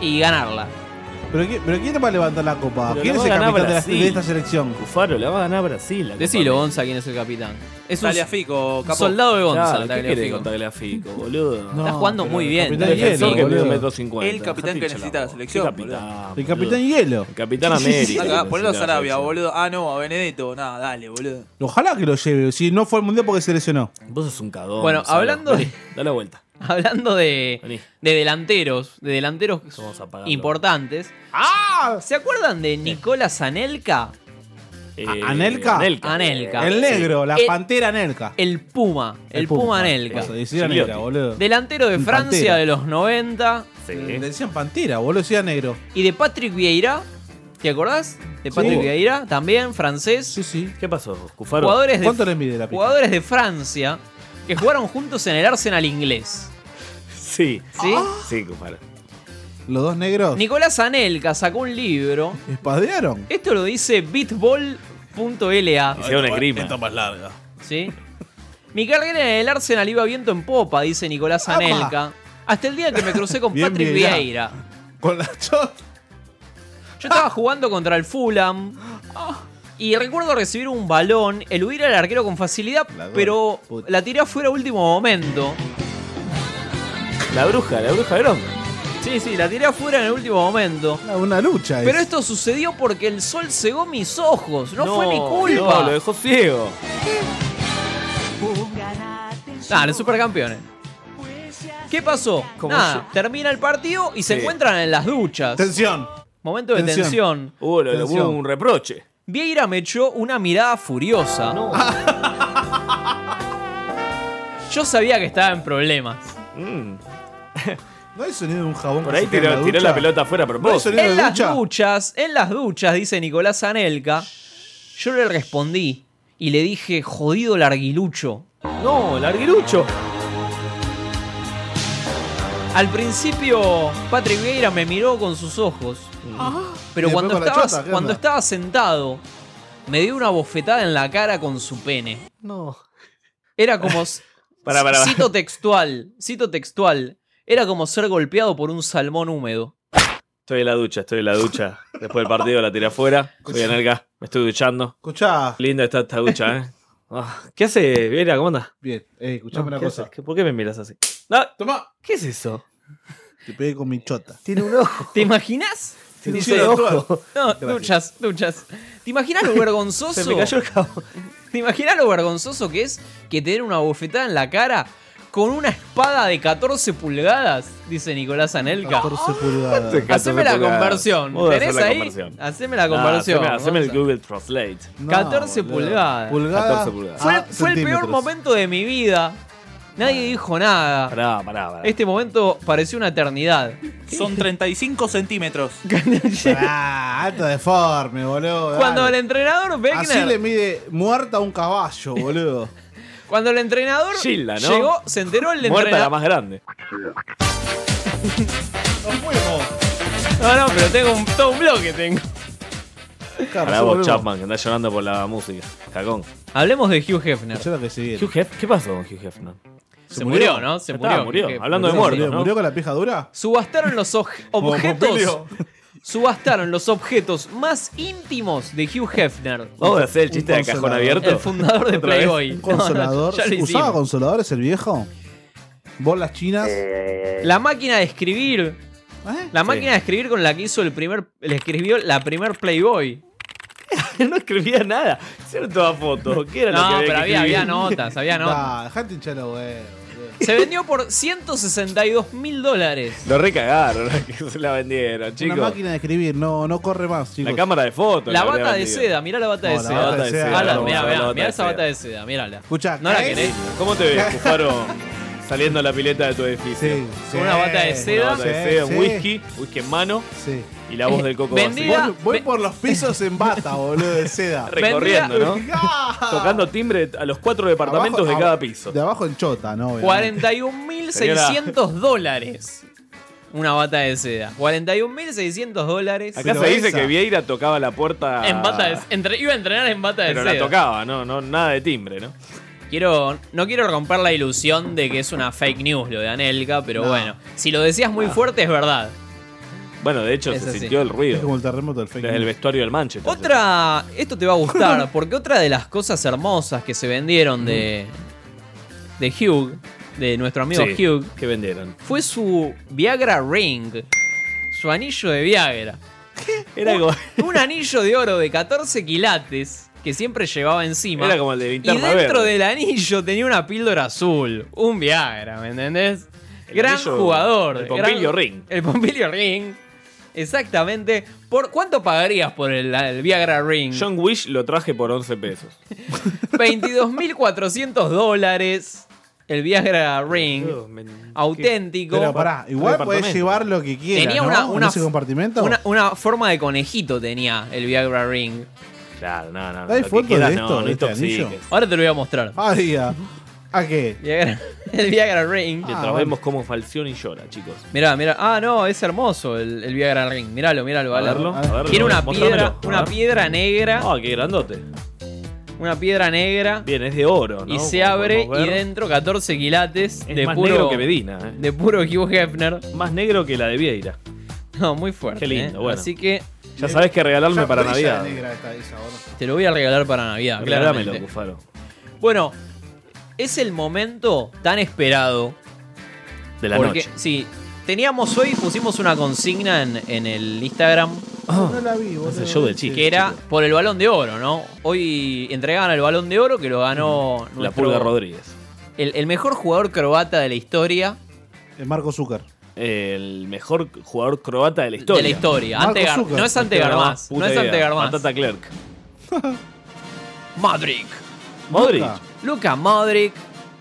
Y ganarla.
¿Pero, qui- pero quién va a levantar la copa?
Pero
¿Quién es
la va
el
a ganar
capitán de, la-
Brasil.
de esta selección?
Cufaro, la va a ganar Brasil.
Decilo, Gonza, quién es el capitán. Es un
Taliafico,
capó.
soldado de Gonza,
Claro, ¿qué
Taliafico.
querés con Taliafico, boludo?
Está jugando muy bien.
El defensor que mide 1,50.
El capitán que necesita la selección. boludo.
El capitán Hielo.
El capitán América.
Acá, ponelo a
necesita la
Sarabia,
selección.
boludo. Ah, no, a Benedetto. Nada, dale, boludo.
Ojalá que lo lleve. Si no fue al mundial porque se lesionó.
Vos sos un cagón.
Bueno,
Gonzalo.
hablando de-
Vení, Da la vuelta.
Hablando de, de delanteros, de delanteros importantes. ¡Ah! ¿Se acuerdan de Nicolás Anelka?
Eh,
Anelka.
Anelka.
El negro, la
El-
pantera Anelka.
El Puma, el, Puma, Anelka.
Eso, decía negra, boludo.
Delantero de
Un
Francia
pantera.
de los 90.
Le decían pantera, boludo, decía negro.
Y de Patrick Vieira. ¿Te acordás? De Patrick
Sí.
Vieira, también francés. Sí,
sí.
¿Qué pasó, Cufaro?
Jugadores
¿Cuánto le
de,
mide la pica?
jugadores de Francia que jugaron juntos en el Arsenal inglés.
Sí. Ah.
¿Sí?
Sí, Cufaro.
Los dos negros.
Nicolás Anelka sacó un libro.
¿Espadearon?
Esto lo dice beatball.la.
Hicieron esgrima.
más larga. ¿Sí? Mi carrera en el Arsenal iba viento en popa, dice Nicolás Anelka. Hasta el día que me crucé con
Bien,
Patrick
Vieira.
Vieira.
Con la chota.
Yo estaba jugando contra el Fulham. Y recuerdo recibir un balón, eludir al arquero con facilidad, pero la tiré afuera a último momento.
La bruja, la bruja Verón.
Sí, sí, la tiré afuera en el último momento.
Una lucha.
Pero
es.
esto sucedió porque el sol cegó mis ojos. No, fue mi
No,
culpa.
lo dejó ciego.
Ah, los supercampeones. ¿Qué pasó? Nada, termina el partido y se
Sí.
encuentran en las duchas.
Tensión.
Momento de tensión.
Hubo, lo-
Tensión.
hubo un reproche.
Vieira me echó una mirada furiosa. Yo sabía que estaba en problemas. Mm.
¿No hay sonido de un jabón?
Por
que
ahí
se cae
tiró,
en
tiró
ducha?
la pelota afuera a propósito.
en las duchas, en las duchas, dice Nicolás Anelka. Yo le respondí y le dije, jodido larguilucho.
No, larguirucho.
Al principio, Patrick Vieira me miró con sus ojos. Pero
Y después
cuando
con la
estaba,
chota, ¿qué
cuando
onda?
estaba sentado, me dio una bofetada en la cara con su pene.
No.
Era como. s-
Pará, pará, pará.
Cito textual. Cito textual. Era como ser golpeado por un salmón húmedo.
Estoy en la ducha, estoy en la ducha. Después del partido la tiré afuera. Voy a Nerga, me estoy duchando.
Escuchá.
Linda está esta ducha, ¿eh? Ah, ¿Qué hace, Viera? ¿Cómo andas?
Bien, eh, escuchame
No,
una
¿qué
cosa.
haces? ¿Qué- ¿Por qué me miras así? No,
toma.
¿Qué es eso?
Te pegué con mi chota.
Tiene un ojo.
¿Te imaginas?
Te
Dice-
hicieron actuar.
No,
Gracias.
duchas, duchas. ¿Te imaginas lo vergonzoso?
Se me cayó el
¿Te imaginas lo vergonzoso que es que te den una bofetada en la cara con una espada de 14 pulgadas? Dice Nicolás Anelka.
14 pulgadas.
Haceme la conversión.
Vos debes
¿Tenés
hacer la
ahí?
conversión.
Haceme la
Ah,
conversión.
haceme- Haceme el
Gonza.
Google Translate.
14 pulgadas.
Pulgadas
14 pulgadas.
Fue,
Ah,
fue el peor
centímetros.
momento de mi vida. Nadie dijo nada.
Pará, pará, pará.
Este momento pareció una eternidad.
Son 35 centímetros.
Ah, alto deforme, boludo.
Cuando
dale.
el entrenador
Así le
Beckner,
mide muerta a un caballo, boludo.
cuando el entrenador
Gilda, ¿no?
llegó, se enteró el
Muerta la
entrenador.
más grande.
No, no, pero tengo un, todo un bloque tengo.
Pará vos, Chapman, que andás llorando por la música. Cagón.
Hablemos de Hugh Hefner.
Hugh Hef- ¿Qué pasó con Hugh Hefner?
Se murió, ¿no? Se
Se
murió,
murió.
Hugh Hefner.
Hablando de
Sí.
muertos, ¿no?
¿Murió con la pija dura?
Subastaron los oj-
Como
objetos.
Pompeyo.
Subastaron los objetos más íntimos de Hugh Hefner.
Vamos a hacer el chiste de cajón abierto.
El fundador de
¿Otra vez?
Playboy.
Un
No, no,
consolador.
ya lo
¿Usaba
hicimos.
consoladores el viejo? Bolas chinas.
La máquina de escribir. La
¿Eh?
Sí.
máquina de escribir con la que hizo el primer. Le escribió la primer Playboy.
no escribía nada. Hicieron toda foto. ¿Qué era
No,
lo que
pero
que
había,
escribir?
había notas, había notas.
Ah, dejate hinchar la hueva, boludo.
Se vendió por 162 mil dólares.
Lo recagaron, que se la vendieron,
Una
chicos.
máquina de escribir, no, no corre más, chicos.
La cámara de fotos.
La
que habría
bata de
vendido.
seda, mirá la bata
No,
de
la
seda.
bata de seda, eh,
Ala,
no,
mirá,
la
mirá,
bata
mirá
de
esa
seda.
bata de seda, mírala.
Escucha,
¿No la
¿caes?
querés?
¿Cómo te ves, Cufaro? saliendo a la pileta de tu edificio.
Sí,
sí. Con una bata de seda. Eh,
Una bata de seda,
Sí,
un
sí.
whisky, whisky en mano. Y la voz del coco
Voy,
vacío.
voy por los pisos en bata, boludo, de seda.
Recorriendo, ¿no? Tocando timbre a los cuatro departamentos
Ah. Abajo-
de cada
ab-
piso.
De abajo en chota, ¿no? Obviamente.
41.600 dólares. Una bata de seda. 41.600 dólares.
Acá se dice que Vieira tocaba la puerta.
En bata de- entre- iba a entrenar en bata de
Ah. Pero
seda.
la tocaba, no, no, nada de timbre, ¿no?
Quiero, no quiero romper la ilusión de que es una fake news lo de Anelka, pero
No. Ah.
bueno, si lo decías muy fuerte es verdad.
Bueno, de hecho
Es
se
así.
sintió el ruido.
Es
como el terremoto del fake
Desde el vestuario del Manchester.
Otra, esto te va a gustar, porque otra de las cosas hermosas que se vendieron de, de Hugh, de nuestro amigo
Sí,
Hugh,
que vendieron.
fue su Viagra Ring, su anillo de Viagra.
Era
un, un anillo de oro de 14 quilates que siempre llevaba encima.
Era como el de
Y
Linterna
dentro
Verde.
del anillo tenía una píldora azul, un Viagra, ¿me entendés?
El
gran
anillo,
jugador.
el Pompilio
gran-
Ring.
El Pompilio Ring. Exactamente. ¿Por ¿Cuánto pagarías por el, el Viagra Ring?
John Wish lo traje por 11 pesos.
22.400 dólares. El Viagra Ring. Auténtico.
Pero pará, igual podés llevar lo que quieras.
Tenía
¿no?
una-
¿En
una
ese
f-
compartimento?
Una, una forma de conejito tenía el Viagra Ring.
Claro, no, no.
¿Hay lo que fotos quieras, de no, esto, no de este
intoxiques. anillo?
Ahora te lo voy a mostrar.
Ah, diga. ¿A qué?
Viagra- el Viagra Ring.
Mientras vemos cómo Falcioni llora, chicos.
Mirá, mirá. Ah, no, es hermoso el, el Viagra Ring. Miralo, miralo,
A
vale.
verlo, a verlo.
Tiene una
Mostrámelo,
piedra,
a
una
ver.
piedra negra.
Ah, qué grandote.
Una piedra negra.
Bien, es de oro, ¿no?
Y se
Como
abre
podemos
y
ver.
dentro 14 quilates
Es
de
más
puro
negro que Medina, ¿eh?
De puro Hugh Hefner.
Más negro que la de Vieira.
No, muy fuerte.
Qué lindo,
¿eh?
bueno.
Así que
Ya sabes que regalarme para Navidad.
te lo voy a regalar para Navidad,
Regálamelo,
claramente.
Cufaro.
Bueno, es el momento tan esperado.
De la
porque,
noche.
Sí, teníamos hoy, pusimos una consigna en, en el Instagram.
No la vi, boludo.
Es el show del chico.
Que era por el balón de oro, ¿no? Hoy entregaban el balón de oro que lo ganó
La
nuestro-
Pulga Rodríguez.
el- el mejor jugador croata de la historia.
El Marco Zucker.
El mejor jugador croata de la historia.
De la historia. Ante Gar- no es Ante
Ante
Garmaz.
puta
No es
idea.
Ante Garmaz.
Matata Clerk.
Modric.
Modric.
Luca Modric.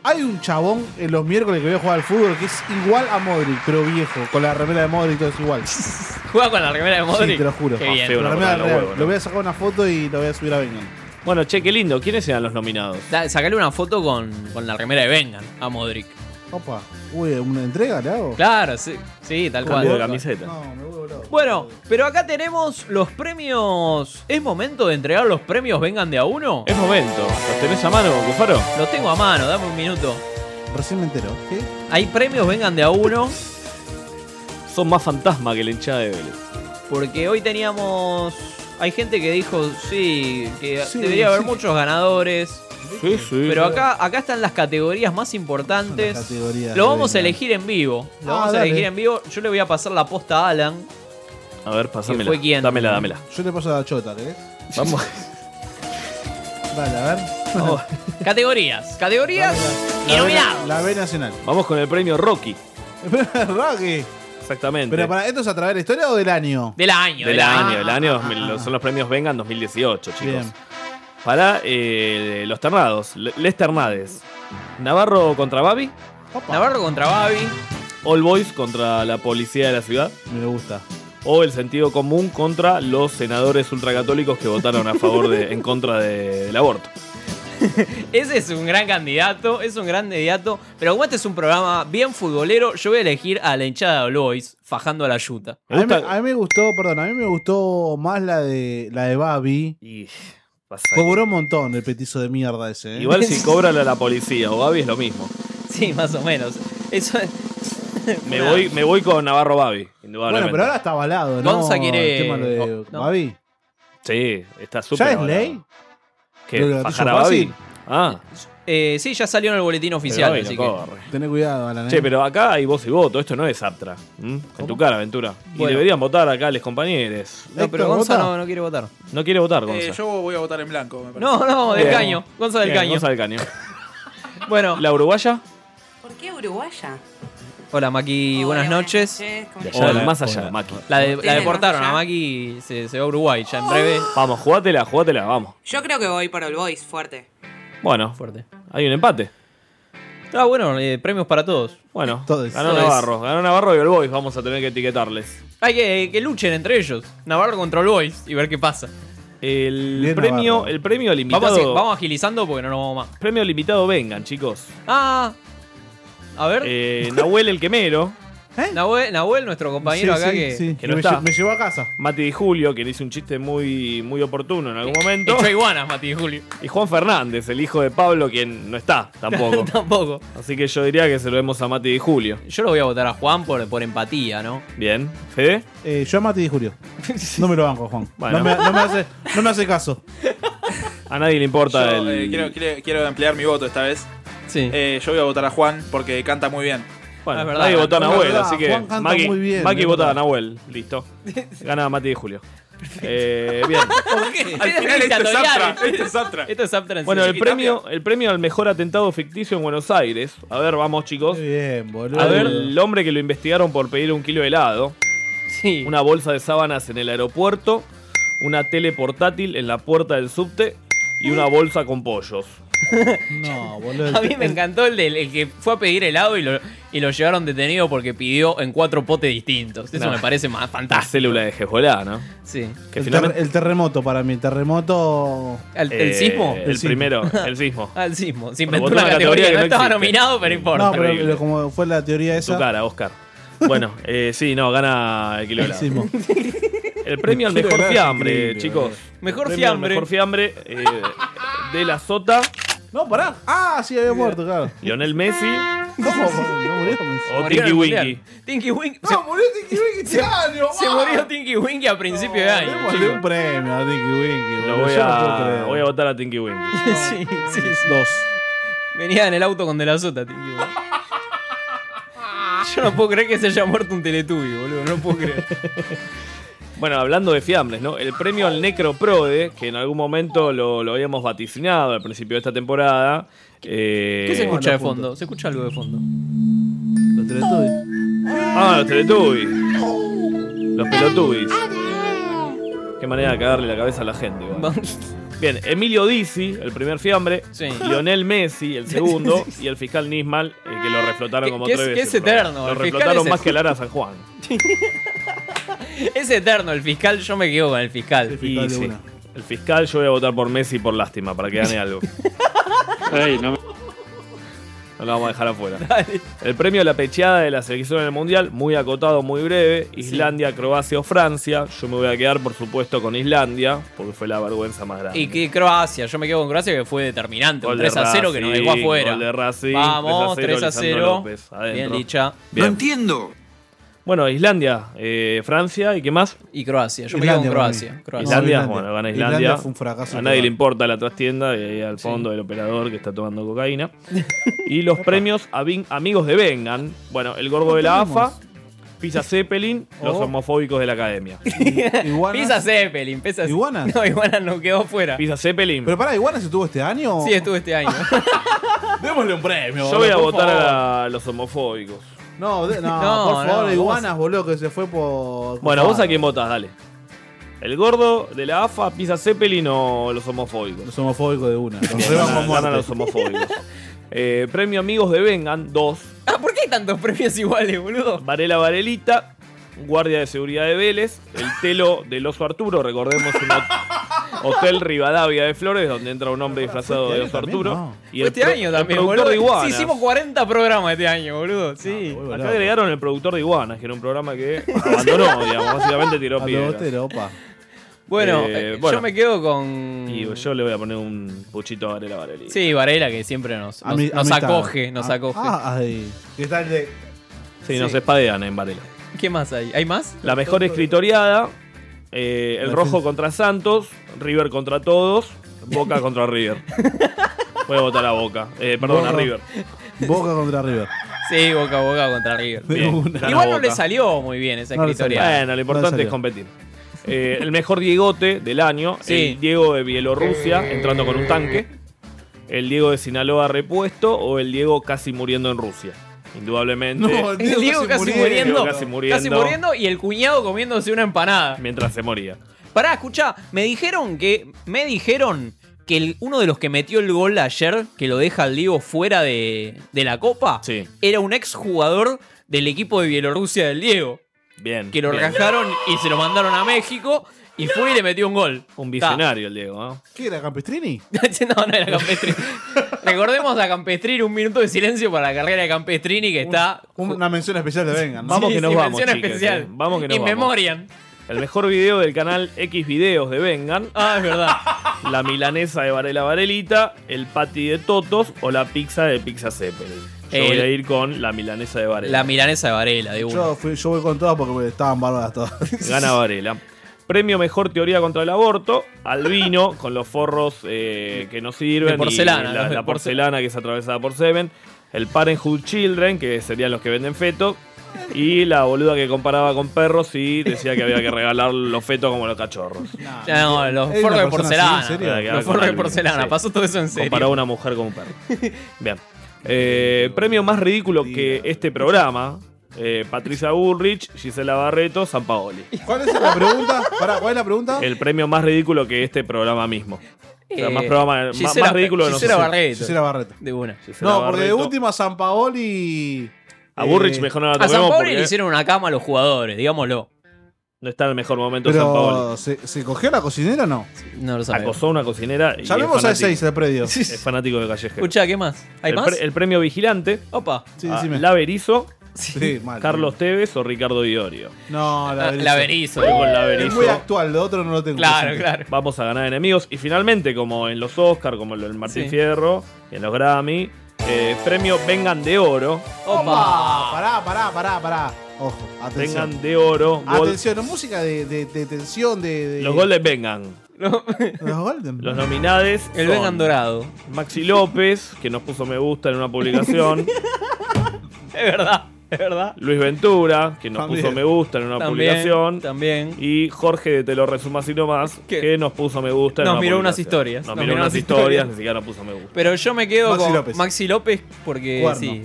Hay un chabón en los miércoles que voy a jugar al fútbol que es igual a Modric, pero viejo. Con la remera de Modric todo es igual.
Juega con la remera de Modric.
Sí, te lo juro.
Qué bien.
Ah, feo,
Con la
una
remera
patada en los
real.
huevos, ¿no?
Lo voy a sacar una foto y lo voy a subir a Vengan.
Bueno, che, qué lindo. ¿Quiénes eran los nominados?
Da- sacale una foto con, con la remera de Vengan a Modric.
Opa. Uy, ¿una entrega le hago?
Claro, sí, sí tal
Cambio de
cual.
camiseta.
Bueno, pero acá tenemos los premios. ¿Es momento de entregar los premios Vengan de a uno?
Es momento. ¿Los tenés a mano, Cufaro?
Los tengo a mano, dame un minuto.
Recién me enteró. ¿Qué?
Hay premios Vengan de a uno
Son más fantasma que la hinchada de Vélez.
porque hoy teníamos... Hay gente que dijo, sí, que
Sí,
debería haber
sí.
muchos ganadores.
Sí, sí.
Pero acá, acá están las categorías más importantes.
Las categorías
Lo
de
vamos a
Vengan.
elegir en vivo. Lo
Ah,
vamos a
dale.
elegir en vivo. Yo le voy a pasar la posta a Alan.
A ver, pasámela.
¿Fue quién?
Dámela, dámela.
Yo le paso a la chota, ¿eh?
Vamos.
Dale, a ver.
Oh.
Categorías. Categorías y nominados.
La B Nacional.
Vamos con el premio Rocky.
Rocky.
Exactamente.
Pero para esto es a través de la historia o del año.
Del año.
Del año, el año 2000,
ah, ah.
son los premios Vengan 2018, chicos.
Bien.
Para eh, los Ternados, le- Les Ternades. Navarro contra Babi,
Navarro contra Babi.
All Boys contra la policía de la ciudad.
Me gusta.
O el sentido común contra los senadores ultracatólicos que votaron a favor de, en contra de- del aborto.
Ese es un gran candidato. Es un gran candidato. Pero como este es un programa bien futbolero, yo voy a elegir a la hinchada de All Boys fajando a la yuta.
A mí, me- a mí me gustó, perdón, a mí me gustó más la de la de Babi.
Y
Cobró un montón el petizo de mierda ese. ¿eh?
Igual si cobran a la policía o Babi es lo mismo.
Sí, más o menos. Eso
Me voy, me voy con Navarro Babi,
Bueno,
indudablemente.
pero ahora está avalado, ¿no?
Gonza quiere-
El tema lo de
no.
Babi.
Sí, está súper.
¿Ya es
avalado.
ley?
¿Qué?
Lo de la
¿Fajar a
tuya
Babi?
fácil.
Ah,
Eh, sí, ya salió en el boletín oficial.
Babi no
así que-
corre.
Tené cuidado, Alan. ¿eh?
Che, pero acá hay voz y voto, esto no es Aptra. ¿m? En tu cara, Ventura. Y
Bueno.
deberían votar acá los compañeros.
No, pero
¿Héctor
Gonza
vota?
no, no quiere votar.
No quiere votar, Gonza.
Eh, yo voy a votar en blanco, me parece.
No, no, del
Bien.
caño. Gonza del
Bien,
caño.
Gonza del Caño.
Bueno,
¿La uruguaya?
¿Por qué uruguaya?
hola Maki, buenas noches.
De allá,
Hola.
más allá, Maki.
La, de- la
Tiene
deportaron
más allá.
a Maki y se, se va a Uruguay ya en breve.
Vamos, jugátela, jugátela, vamos.
Yo creo que voy por el Boys, fuerte.
Bueno,
fuerte.
Hay un empate.
Ah, bueno, eh, premios para todos.
Bueno, ganó Navarro. Ganó Navarro y el Boys. Vamos a tener que etiquetarles.
Hay que, que luchen entre ellos. Navarro contra el Boys y ver qué pasa.
El premio, el premio limitado.
Vamos, a- vamos agilizando porque no nos vamos más.
Premio limitado, vengan, chicos.
Ah, a ver.
Eh, Nahuel el Quemero. ¿Eh?
Nahuel, Nahuel, nuestro compañero
Sí,
acá
sí,
que,
sí.
que
Me
no
lle-
está.
me
llevó a casa.
Mati Di Julio, quien hizo un chiste muy, muy oportuno en algún momento.
Echó Eh, iguanas, Mati y Julio.
Y Juan Fernández, el hijo de Pablo, quien no está tampoco.
tampoco.
Así que yo diría que se lo vemos a Mati Di Julio.
Yo lo voy a votar a Juan por, por empatía, ¿no?
Bien. ¿Fede?
Eh, yo a Mati y Julio. No me lo banco, Juan.
Bueno.
No, me, no me hace, no me hace caso.
A nadie le importa
Yo,
el.
eh, quiero, quiero- quiero emplear mi voto esta vez.
Sí.
Eh, yo voy a votar a Juan porque canta muy bien.
Bueno, nadie votó a Nahuel, así que Maki, Maki
es
vota a
verdad.
Nahuel, listo. Gana Mati Di Julio. Eh, bien.
¿Por qué? este
Al final esto es Aptra. Esto es Aptra.
Esto es Aptra en
Bueno,
serio.
el premio, el premio al mejor atentado ficticio en Buenos Aires. A ver, vamos, chicos.
Bien, boludo.
A ver, el hombre que lo investigaron por pedir un kilo de helado.
Sí.
Una bolsa de sábanas en el aeropuerto. Una tele portátil en la puerta del subte. Y una bolsa con pollos.
No, boludo. este
A mí me encantó el, del- el que fue a pedir helado y lo, y lo llevaron detenido porque pidió en cuatro potes distintos. Eso
No.
me parece más
La
fantástico.
célula de Jezbolá, ¿no?
Sí.
Que
el,
finalmente.
ter- el terremoto para mí, el terremoto.
¿El, el
Eh,
sismo?
El, primero, el sismo.
Ah, el sismo. Se
Pero
inventó
votó
una
una
categoría,
categoría que
no
no
estaba
existe.
nominado, pero importa.
No, pero,
Terrible.
pero como fue la teoría
Tu
esa.
cara, Oscar. Bueno, eh, sí, no, gana el kilo de
El
helado.
sismo.
El premio al
Quiero
mejor
hablar,
fiambre,
increíble,
chicos.
boludo.
Mejor
Premio al
fiambre.
Mejor fiambre eh, de la sota.
No, pará. Ah, sí, había muerto, claro.
Lionel Messi
No, no murió.
o
Murió en
Tinky
el
Winky.
mundial. Tinky Winky.
No, murió Tinky Winky este año.
Se murió Tinky Winky a principio de año.
Démosle un
chicos.
premio a Dicky Winky.
Lo
boludo.
voy
Yo no puedo
a,
creer.
voy a votar a Tinky Winky.
sí, sí, sí.
Dos.
Venía en el auto con De La Sota, Tinky Winky. Yo no puedo creer que se haya muerto un Teletubby, boludo. No puedo creer.
Bueno, hablando de fiambres, ¿no? El premio al Necroprode, que en algún momento lo, lo habíamos vaticinado al principio de esta temporada.
¿Qué se
eh,
escucha de fondo? Se escucha algo de fondo.
Los Teletubbies.
Ah, los Teletubbies. Los pelotubbies. Qué manera de cagarle la cabeza a la gente. igual. Bien, Emilio Dizzi, el primer fiambre.
Sí.
Lionel Messi, el segundo. y el fiscal Nismal, eh, que lo reflotaron
Que-
como
que
tres
es- que
veces.
es
pero
eterno,
Lo
el fiscal
reflotaron
es
más
el-
que Lara San Juan.
Es eterno el fiscal, yo me quedo con el fiscal.
Y
de
sí,
una.
El fiscal, yo voy a votar por Messi por lástima, para que gane algo. no, lo vamos a dejar afuera.
Dale.
El premio a la pecheada de la selección en el Mundial, muy acotado, muy breve. Islandia, Croacia o Francia. Yo me voy a quedar, por supuesto, con Islandia, porque fue la vergüenza más grande.
Y que Croacia, yo me quedo con Croacia que fue determinante.
Gol
Un
de
3 a 0 que nos dejó
Racing,
afuera.
gol de Racing,
Vamos, 3 a 0.
Lisandro López, adentro.
Bien dicha.
Bien.
entiendo.
Bueno, Islandia, eh, Francia y qué más?
Y Croacia, yo me
Islandia,
quedo con
para
Croacia.
mí.
Croacia.
Islandia,
Islandia.
bueno, gana Islandia.
Islandia fue un fracaso
a nadie
total.
le importa la trastienda y ahí al
Sí.
fondo el operador que está tomando cocaína. y los premios a Vin- amigos de Vengan. Bueno, el gordo de la AFA, Pisa Zeppelin, los
Oh.
homofóbicos de la academia.
Iguanas.
Pisa Zeppelin, pisa
¿Iguanas?
No, Iguanas no quedó fuera.
Pisa Zeppelin.
Pero pará, ¿Iguanas estuvo este año?
Sí, estuve este año.
Démosle un premio.
Yo
boludo,
voy a
por
votar
favor.
a los homofóbicos.
No, de- no,
No,
por favor,
no,
Iguanas, boludo, que se fue por. Ah,
Bueno, vos a quién votás, dale. El gordo de la AFA, Pisa Zeppelin o los homofóbicos.
Los homofóbicos de una. Nos
Ganan-
rebamos
ganan
muerte.
los homofóbicos. Eh, premio Amigos de Vengan, dos.
Ah, ¿Por qué hay tantos premios iguales, boludo?
Varela Varelita, guardia de seguridad de Vélez, el telo del oso Arturo, recordemos un hot- hotel Rivadavia de Flores, donde entra un hombre disfrazado de oso
también,
Arturo.
no.
Y
Fue este
pro-
año también,
el productor
boludo.
de Iguanas.
Sí, hicimos 40 programas este año, boludo. Sí.
Muy boludo.
Acá agregaron el productor de Iguanas, que era un programa que abandonó, digamos, básicamente tiró
A los
piedras.
boteros, opa.
bueno,
Eh,
eh,
bueno.
yo me quedo con.
Y yo le voy a poner un puchito a Varela Varelita.
Sí, Varela, que siempre nos,
A
nos-
mi-
nos
amistad.
acoge, nos
Ah,
acoge.
Ah, ahí. ¿Qué tal de.?
Sí, nos
sí.
espadean en Varela.
¿Qué más hay? ¿Hay más?
La mejor escritoriada, eh, el
La
rojo
defensa.
contra Santos, River contra todos, Boca contra River. Voy a votar a Boca. Eh, perdón, a
Boca.
River.
Boca contra River.
Sí, boca a boca contra River.
De
Bien,
una.
gana
Igual no
Boca.
le salió muy bien esa
No le
escritoria.
Bueno, lo
No le
importante
salió.
es competir. Eh, el mejor Diegote del año,
Sí.
el Diego de
Eh.
Bielorrusia entrando con un tanque, el Diego de Sinaloa repuesto o el Diego casi muriendo en Rusia. Indudablemente.
No,
El Diego casi muriendo,
Diego casi
casi
muriendo.
muriendo. y el cuñado comiéndose una empanada.
Mientras se moría.
Pará, escuchá, me dijeron que. Me dijeron que el- uno de los que metió el gol ayer, que lo deja al Diego fuera de, de la Copa, era un exjugador del equipo de Bielorrusia del Diego.
Bien.
Que lo
bien.
rajaron y se lo mandaron a México y fue y le metió un gol.
Un
visionario
el Diego, ¿no?
¿Qué era, Campestrini?
no, no era Campestrini. Recordemos a Campestrini, un minuto de silencio para la carrera de Campestrini que está.
Una mención especial de Vengan. ¿no?
Vamos que nos vamos.
mención
chiques,
especial.
eh. Vamos que nos
In
vamos.
memoriam.
El mejor video del canal X Videos de Vengan.
Ah, es verdad.
La milanesa de Varela Varelita, el patty de Totos o la pizza de Pizza Zeppelin. Yo
El-
voy a ir con la milanesa de Varela.
La milanesa de Varela, de uno.
Yo, fui- yo voy con todas porque estaban bárbaras todas.
Gana Varela. Premio Mejor Teoría contra el Aborto, Albino, con los forros eh, que no sirven.
De porcelana,
y
los
la,
de
la porcelana que es atravesada por Seven. El Parenthood Children, que serían los que venden fetos. Y la boluda que comparaba con perros y decía que había que regalar los fetos como los cachorros.
No, los forros de porcelana. Los forros de porcelana. Pasó todo eso en serio.
Comparaba una mujer con un perro. Bien. Eh, premio más ridículo que este programa. eh, Patricia Bullrich, Gisela Barreto, San Paoli.
¿Cuál es la pregunta? Pará, ¿cuál es la pregunta?
El premio más ridículo que este programa mismo. O sea,
Eh,
más, programa, más-
Gisela-
más ridículo de
Gisela
nosotros.
Barreto. Gisela Barreto.
De una.
no, porque de última San Paoli.
A
Eh,
Burrich mejor no la
A San
toquemos
Paoli
porque-
le hicieron una cama a los jugadores, digámoslo.
No está en el mejor momento San Paoli.
Pero, ¿se, se cogió la cocinera o no?
No lo sabemos.
Acosó a una cocinera. y
Llamemos
es
a
fanático.
ese del predio.
Es fanático de Callejero.
Escucha, ¿qué más? ¿Hay
el,
más?
pre- el premio Vigilante.
Opa.
Sí,
Ah,
decime.
La Berizo.
Sí, mal.
Carlos Tevez o Ricardo Diorio.
No,
Ah,
la Berizo.
la Berizo. Voy con la Berizo.
Es muy actual, lo otro no lo tengo. presente.
Vamos a ganar enemigos. Y finalmente, como en los Oscar, como en el Martín
Sí.
Fierro, y en los Grammy, eh, premio Vengan de Oro.
Opa. Pará, pará, pará, pará. Ojo, atención.
Vengan de Oro. Gol-
Atención, ¿no? música de, de- de tensión, de, de-
los goles vengan.
Los Golden.
Los nominades.
El
son
Vengan
Dorado.
Maxi López, que nos puso me gusta en una publicación.
Es verdad, es verdad.
Luis Ventura, que nos
También.
puso me gusta en una
También,
publicación.
También.
Y Jorge de Te lo resumo así nomás, que nos puso me gusta. en
Nos
una
miró unas
publicación.
historias.
Nos, miró unas historias, ni siquiera nos puso me gusta.
Pero yo me quedo
Maxi
con
López.
Maxi López porque
Cuerno.
sí.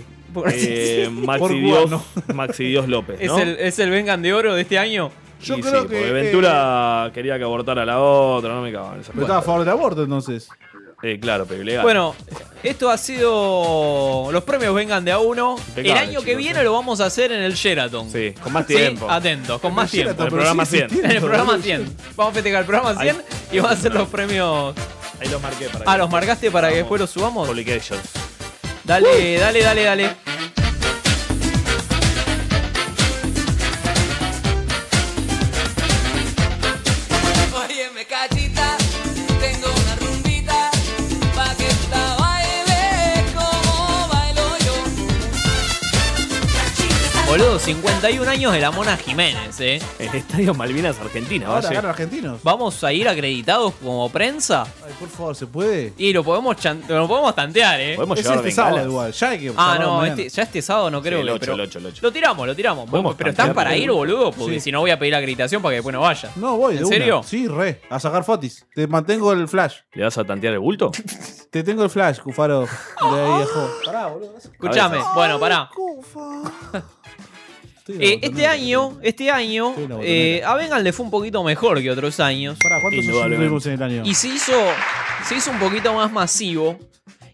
Eh,
Por
Maxi,
cuerno.
Dios, Maxi Dios López.
¿Es,
¿no?
el, ¿Es el Vengan de Oro de este año?
Yo
Y
creo
sí,
que,
porque Ventura quería que abortara a la otra, no me cagaban. esas
Pero estaba a
cosas.
favor del aborto entonces.
Eh, claro, pero ilegal.
Bueno, esto ha sido. Los premios vengan de a uno.
Impecable,
el año que
chicos,
viene lo vamos a hacer en el Sheraton. Sí,
con más tiempo.
atentos, con
En
más
el Sheraton,
tiempo.
En el pero programa sigue 100. existiendo,
En el programa
boludo.
100. Vamos a festejar el programa 100 y vamos a hacer los premios.
Ahí los marqué para
Ah, los marcaste para que después los subamos. Dale, dale, dale, dale.
Óyeme cachita, tengo una rumbita pa' que la baile como bailo yo.
Boludo, 51 años de la Mona Jiménez, eh.
El Estadio Malvinas Argentina,
Ahora ganan argentinos.
¿Vamos a ir acreditados como prensa?
Ay, por favor, ¿se puede?
Y lo podemos, chan- lo podemos tantear, eh.
Podemos
Es este sábado igual, ya hay que
Ah,
cerrar
no,
mañana.
este- ya este sábado no creo
el
que-
ocho,
pero
el ocho, el ocho.
Lo tiramos, lo tiramos.
Podemos
pero estás
cambiar,
para ir,
boludo.
boludo, porque
Sí.
si no voy a pedir acreditación para que después no vaya.
No, voy, de
¿En
una.
serio?
Sí, re. A sacar fotis. Te mantengo el flash.
¿Le vas a tantear el bulto? Ah.
Te tengo el flash, Cufaro. De ahí viejo. Pará, boludo.
Escuchame,
Cabeza.
bueno, pará.
Estoy
Eh, este año, este año,
Estoy en la
eh, a Vengan le fue un poquito mejor que otros años.
¿Cuántos tuvimos en el año?
Y se hizo, se hizo un poquito más masivo.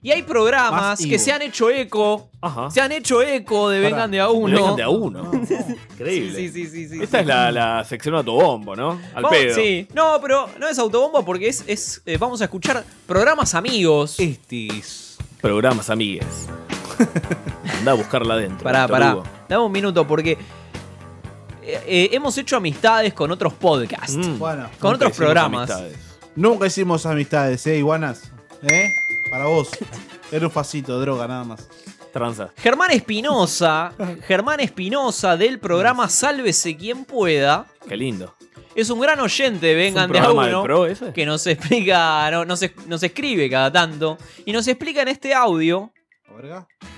Y hay programas
Masivo.
que se han hecho eco. Se han hecho eco de
Pará.
Vengan de a uno.
Vengan de a uno. Increíble.
Sí, sí, sí, sí,
Esta
sí.
es la, la sección autobombo, ¿no? Al
Vamos-
pedo.
Sí, no, pero no es autobombo porque es, es, eh, vamos a escuchar programas amigos.
Programas amigues. Andá a buscarla adentro.
Pará,
Víctor
pará.
Hugo.
Dame un minuto porque eh, eh, hemos hecho amistades con otros podcasts.
Mm.
Bueno.
con
Nunca
otros
hicimos
programas.
amistades. Nunca hicimos amistades, ¿eh, iguanas? ¿Eh? Para vos. Era un facito de droga, nada más.
Tranza.
Germán Espinosa, Germán Espinosa del programa Sálvese quien pueda.
Qué lindo.
Es un gran oyente, vengan
un
de a
programa del
uno,
Pro ese?
que nos explica, no, nos, es- nos escribe cada tanto y nos explica en este audio.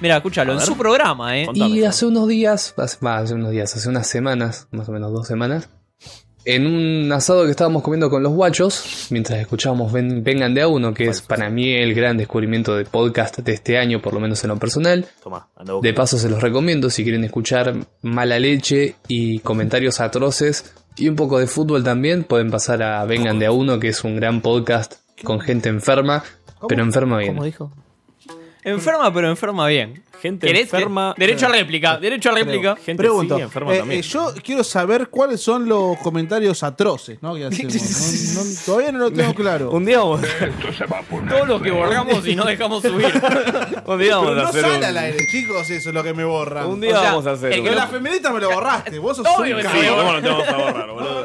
Mira, escúchalo,
A
en
ver.
su programa, ¿eh?
Y hace unos días, hace, bah, hace unos días, hace unas semanas, más o menos dos semanas, en un asado que estábamos comiendo con los guachos, mientras escuchábamos Ven- Vengan de a uno, que es para mí el gran descubrimiento de podcast de este año, por lo menos en lo personal.
Tomá, andá a buscar.
De paso se los recomiendo si quieren escuchar mala leche y comentarios atroces y un poco de fútbol también, pueden pasar a Vengan de a uno, que es un gran podcast con gente enferma, pero enferma bien.
¿Cómo dijo? Enferma, pero enferma bien.
Gente
¿Querés que-
enferma-
Derecho a réplica, derecho a réplica.
Pregunto, eh, eh, yo quiero saber cuáles son los comentarios atroces, ¿no? que hacemos. No- no- todavía no lo tengo claro.
Un día vamos
eh,
Todos los que borramos y no dejamos subir.
Un día
Pero
vamos a
no
hacer
sale
un-
al aire, chicos, eso es lo que me borran.
Un día vamos a hacer
el que
un-
la feminista me lo borraste. Vos sos
Obvio
un
que sí,
cabrón.
¿cómo
no te vamos a borrar, boludo?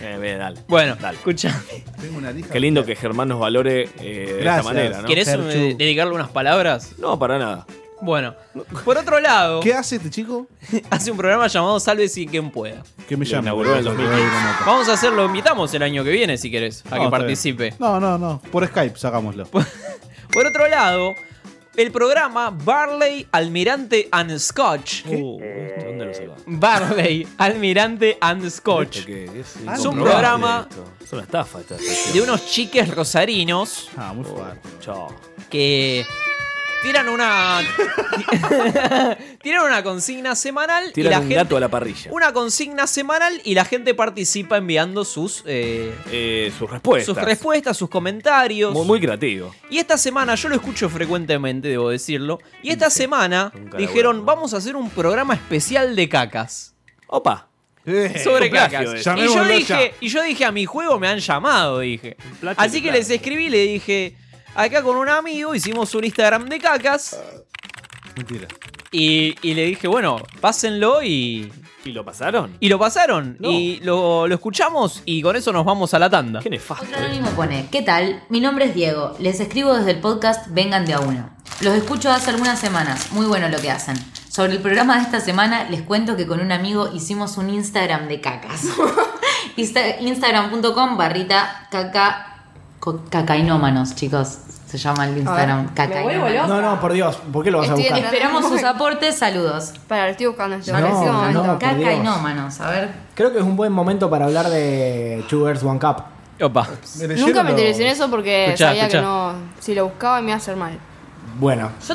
Eh, bien, dale.
Bueno, escucha.
Tengo una lija.
Qué lindo que Germán nos valore eh, de esta
Gracias.
manera, ¿no?
¿Querés eh, dedicarle unas palabras?
No, para nada.
Bueno, por otro lado,
¿Qué hace este chico?
hace un programa llamado Salve si quien pueda.
Que me llame.
inauguró en el 2015.
Vamos a hacerlo, invitamos el año que viene si querés, a
No,
que
está
participe.
bien. No, no, no. Por Skype sacámoslo.
Por otro lado, el programa Barley, Almirante and Scotch.
Uh, ¿Dónde
Eh,
lo sacó?
Barley, Almirante and Scotch.
¿Esto qué es?
Es Ah, un
Incomprobable
programa
esto. Es una estafa esta Oh, sección.
de unos chiques rosarinos
Ah, muy fuerte.
Chao.
que tiran una tiran una consigna semanal y la
Tiran un
gente
gato a la parrilla.
una consigna semanal y la gente participa enviando sus eh,
Eh, sus respuestas.
sus respuestas, sus comentarios.
Muy, muy creativo.
Y esta semana, yo lo escucho frecuentemente, debo decirlo. Y esta semana
Nunca
dijeron, vamos a hacer un programa especial de cacas.
Opa.
Sobre
un plagio
cacas.
de eso.
Y yo,
Llamémoslo
dije, y yo dije, a mi juego me han llamado, dije.
plagio
Así
de
que
plagio.
les escribí y le dije, acá con un amigo hicimos un Instagram de cacas.
Mentira.
Y, y le dije, bueno, pásenlo y...
¿Y lo pasaron?
Y lo pasaron.
No.
Y lo, lo escuchamos y con eso nos vamos a la tanda.
Qué nefasto.
Anónimo pone, ¿qué tal? Mi nombre es Diego, les escribo desde el podcast Vengan de a uno. Los escucho hace algunas semanas, muy bueno lo que hacen. Sobre el programa de esta semana les cuento que con un amigo hicimos un Instagram de cacas. Insta- Instagram.com barrita caca... co- Cacainómanos, chicos. Se llama el Instagram.
A ver, me vuelvo
Cacainómanos.
loca.
No, no, por Dios, ¿por qué lo vas a
Estoy-
buscar?
Esperamos sus aportes, saludos.
Para, lo estoy buscando en este
No,
preciso
no,
momento.
por Dios.
Cacainómanos, a ver.
Creo que es un buen momento para hablar de Chugers One Cup.
Opa.
Nunca me interesé en eso porque
Escuchá,
sabía
escuchá.
que no. Si lo buscaba me iba a hacer mal.
Bueno. sí.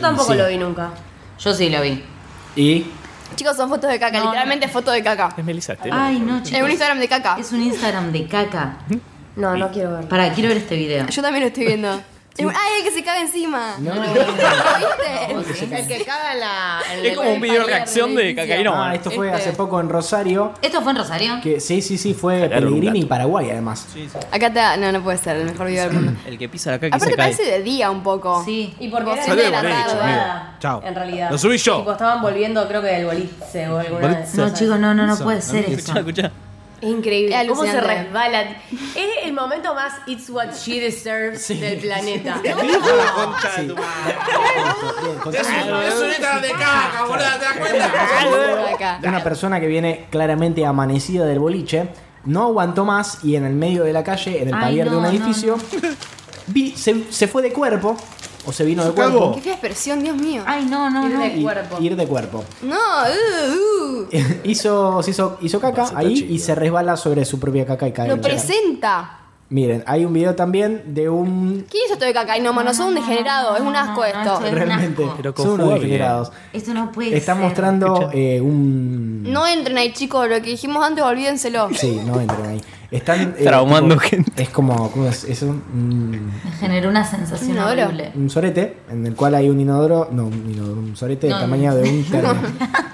vi nunca.
Yo sí lo vi.
Y
Chicos, son fotos de caca, literalmente fotos de caca.
Es Melissa Estela.
Ay, no,
Es un
chicos.
Instagram de caca.
Es un Instagram de caca.
No, no quiero verlo.
Para, quiero ver este video.
Yo también lo estoy viendo. Es un- ¡Ay, el que se caga encima!
No.
¿Lo viste?
El
que caga la.
Es como un video de reacción de cacaíno.
Ah, esto fue
Este
hace poco en Rosario.
¿Esto fue en Rosario?
Que sí, sí, sí, fue
Sacaron un
Pellegrini y Paraguay además.
Acá está. No, no puede ser el mejor video del mundo.
El que pisa la caca y se
Aparte
cae.
parece de día un poco. Sí.
Y
porque
Salió del boliche, amigo. Chao. Lo subí yo.
Tipo,
estaban volviendo, creo que del boliche o
alguna de esas.
No, chicos, no, no, no
Bolsa,
puede ser
bolsa.
esto.
Es increíble.
¿Cómo se
resbala? Es el momento más It's What She Deserves del planeta.
Es un Instagram de caca, boludo, ¿te das
cuenta?
Una persona que viene claramente amanecida del boliche no aguantó más y en el medio de la calle, en el
Ay,
palier de
no,
un
no,
edificio, vi- se, se fue de cuerpo o se vino de cuerpo.
Qué fea expresión, Dios mío.
Ay, no, no,
no.
Y- Ir de cuerpo.
No, uh, uh.
hizo, se hizo, hizo caca ahí y se resbala sobre su propia caca y cae. en
Lo
el chorro.
presenta.
Miren, hay un video también de un.
¿Quién hizo esto de caca? Y no, mano, sos un degenerado. Es un asco esto.
Realmente, son unos
conjuga bien.
degenerados.
Esto no puede
Están mostrando eh, un.
No entren ahí, chicos. Lo que dijimos antes, olvídenselo.
Sí, no entren ahí. Están. eh,
Traumando
tipo- Es como. ¿Cómo es eso? Un,
Generó una sensación
No, no.
horrible.
un sorete en el cual hay un inodoro. No, un inodoro, un sorete
No.
del tamaño de un termo.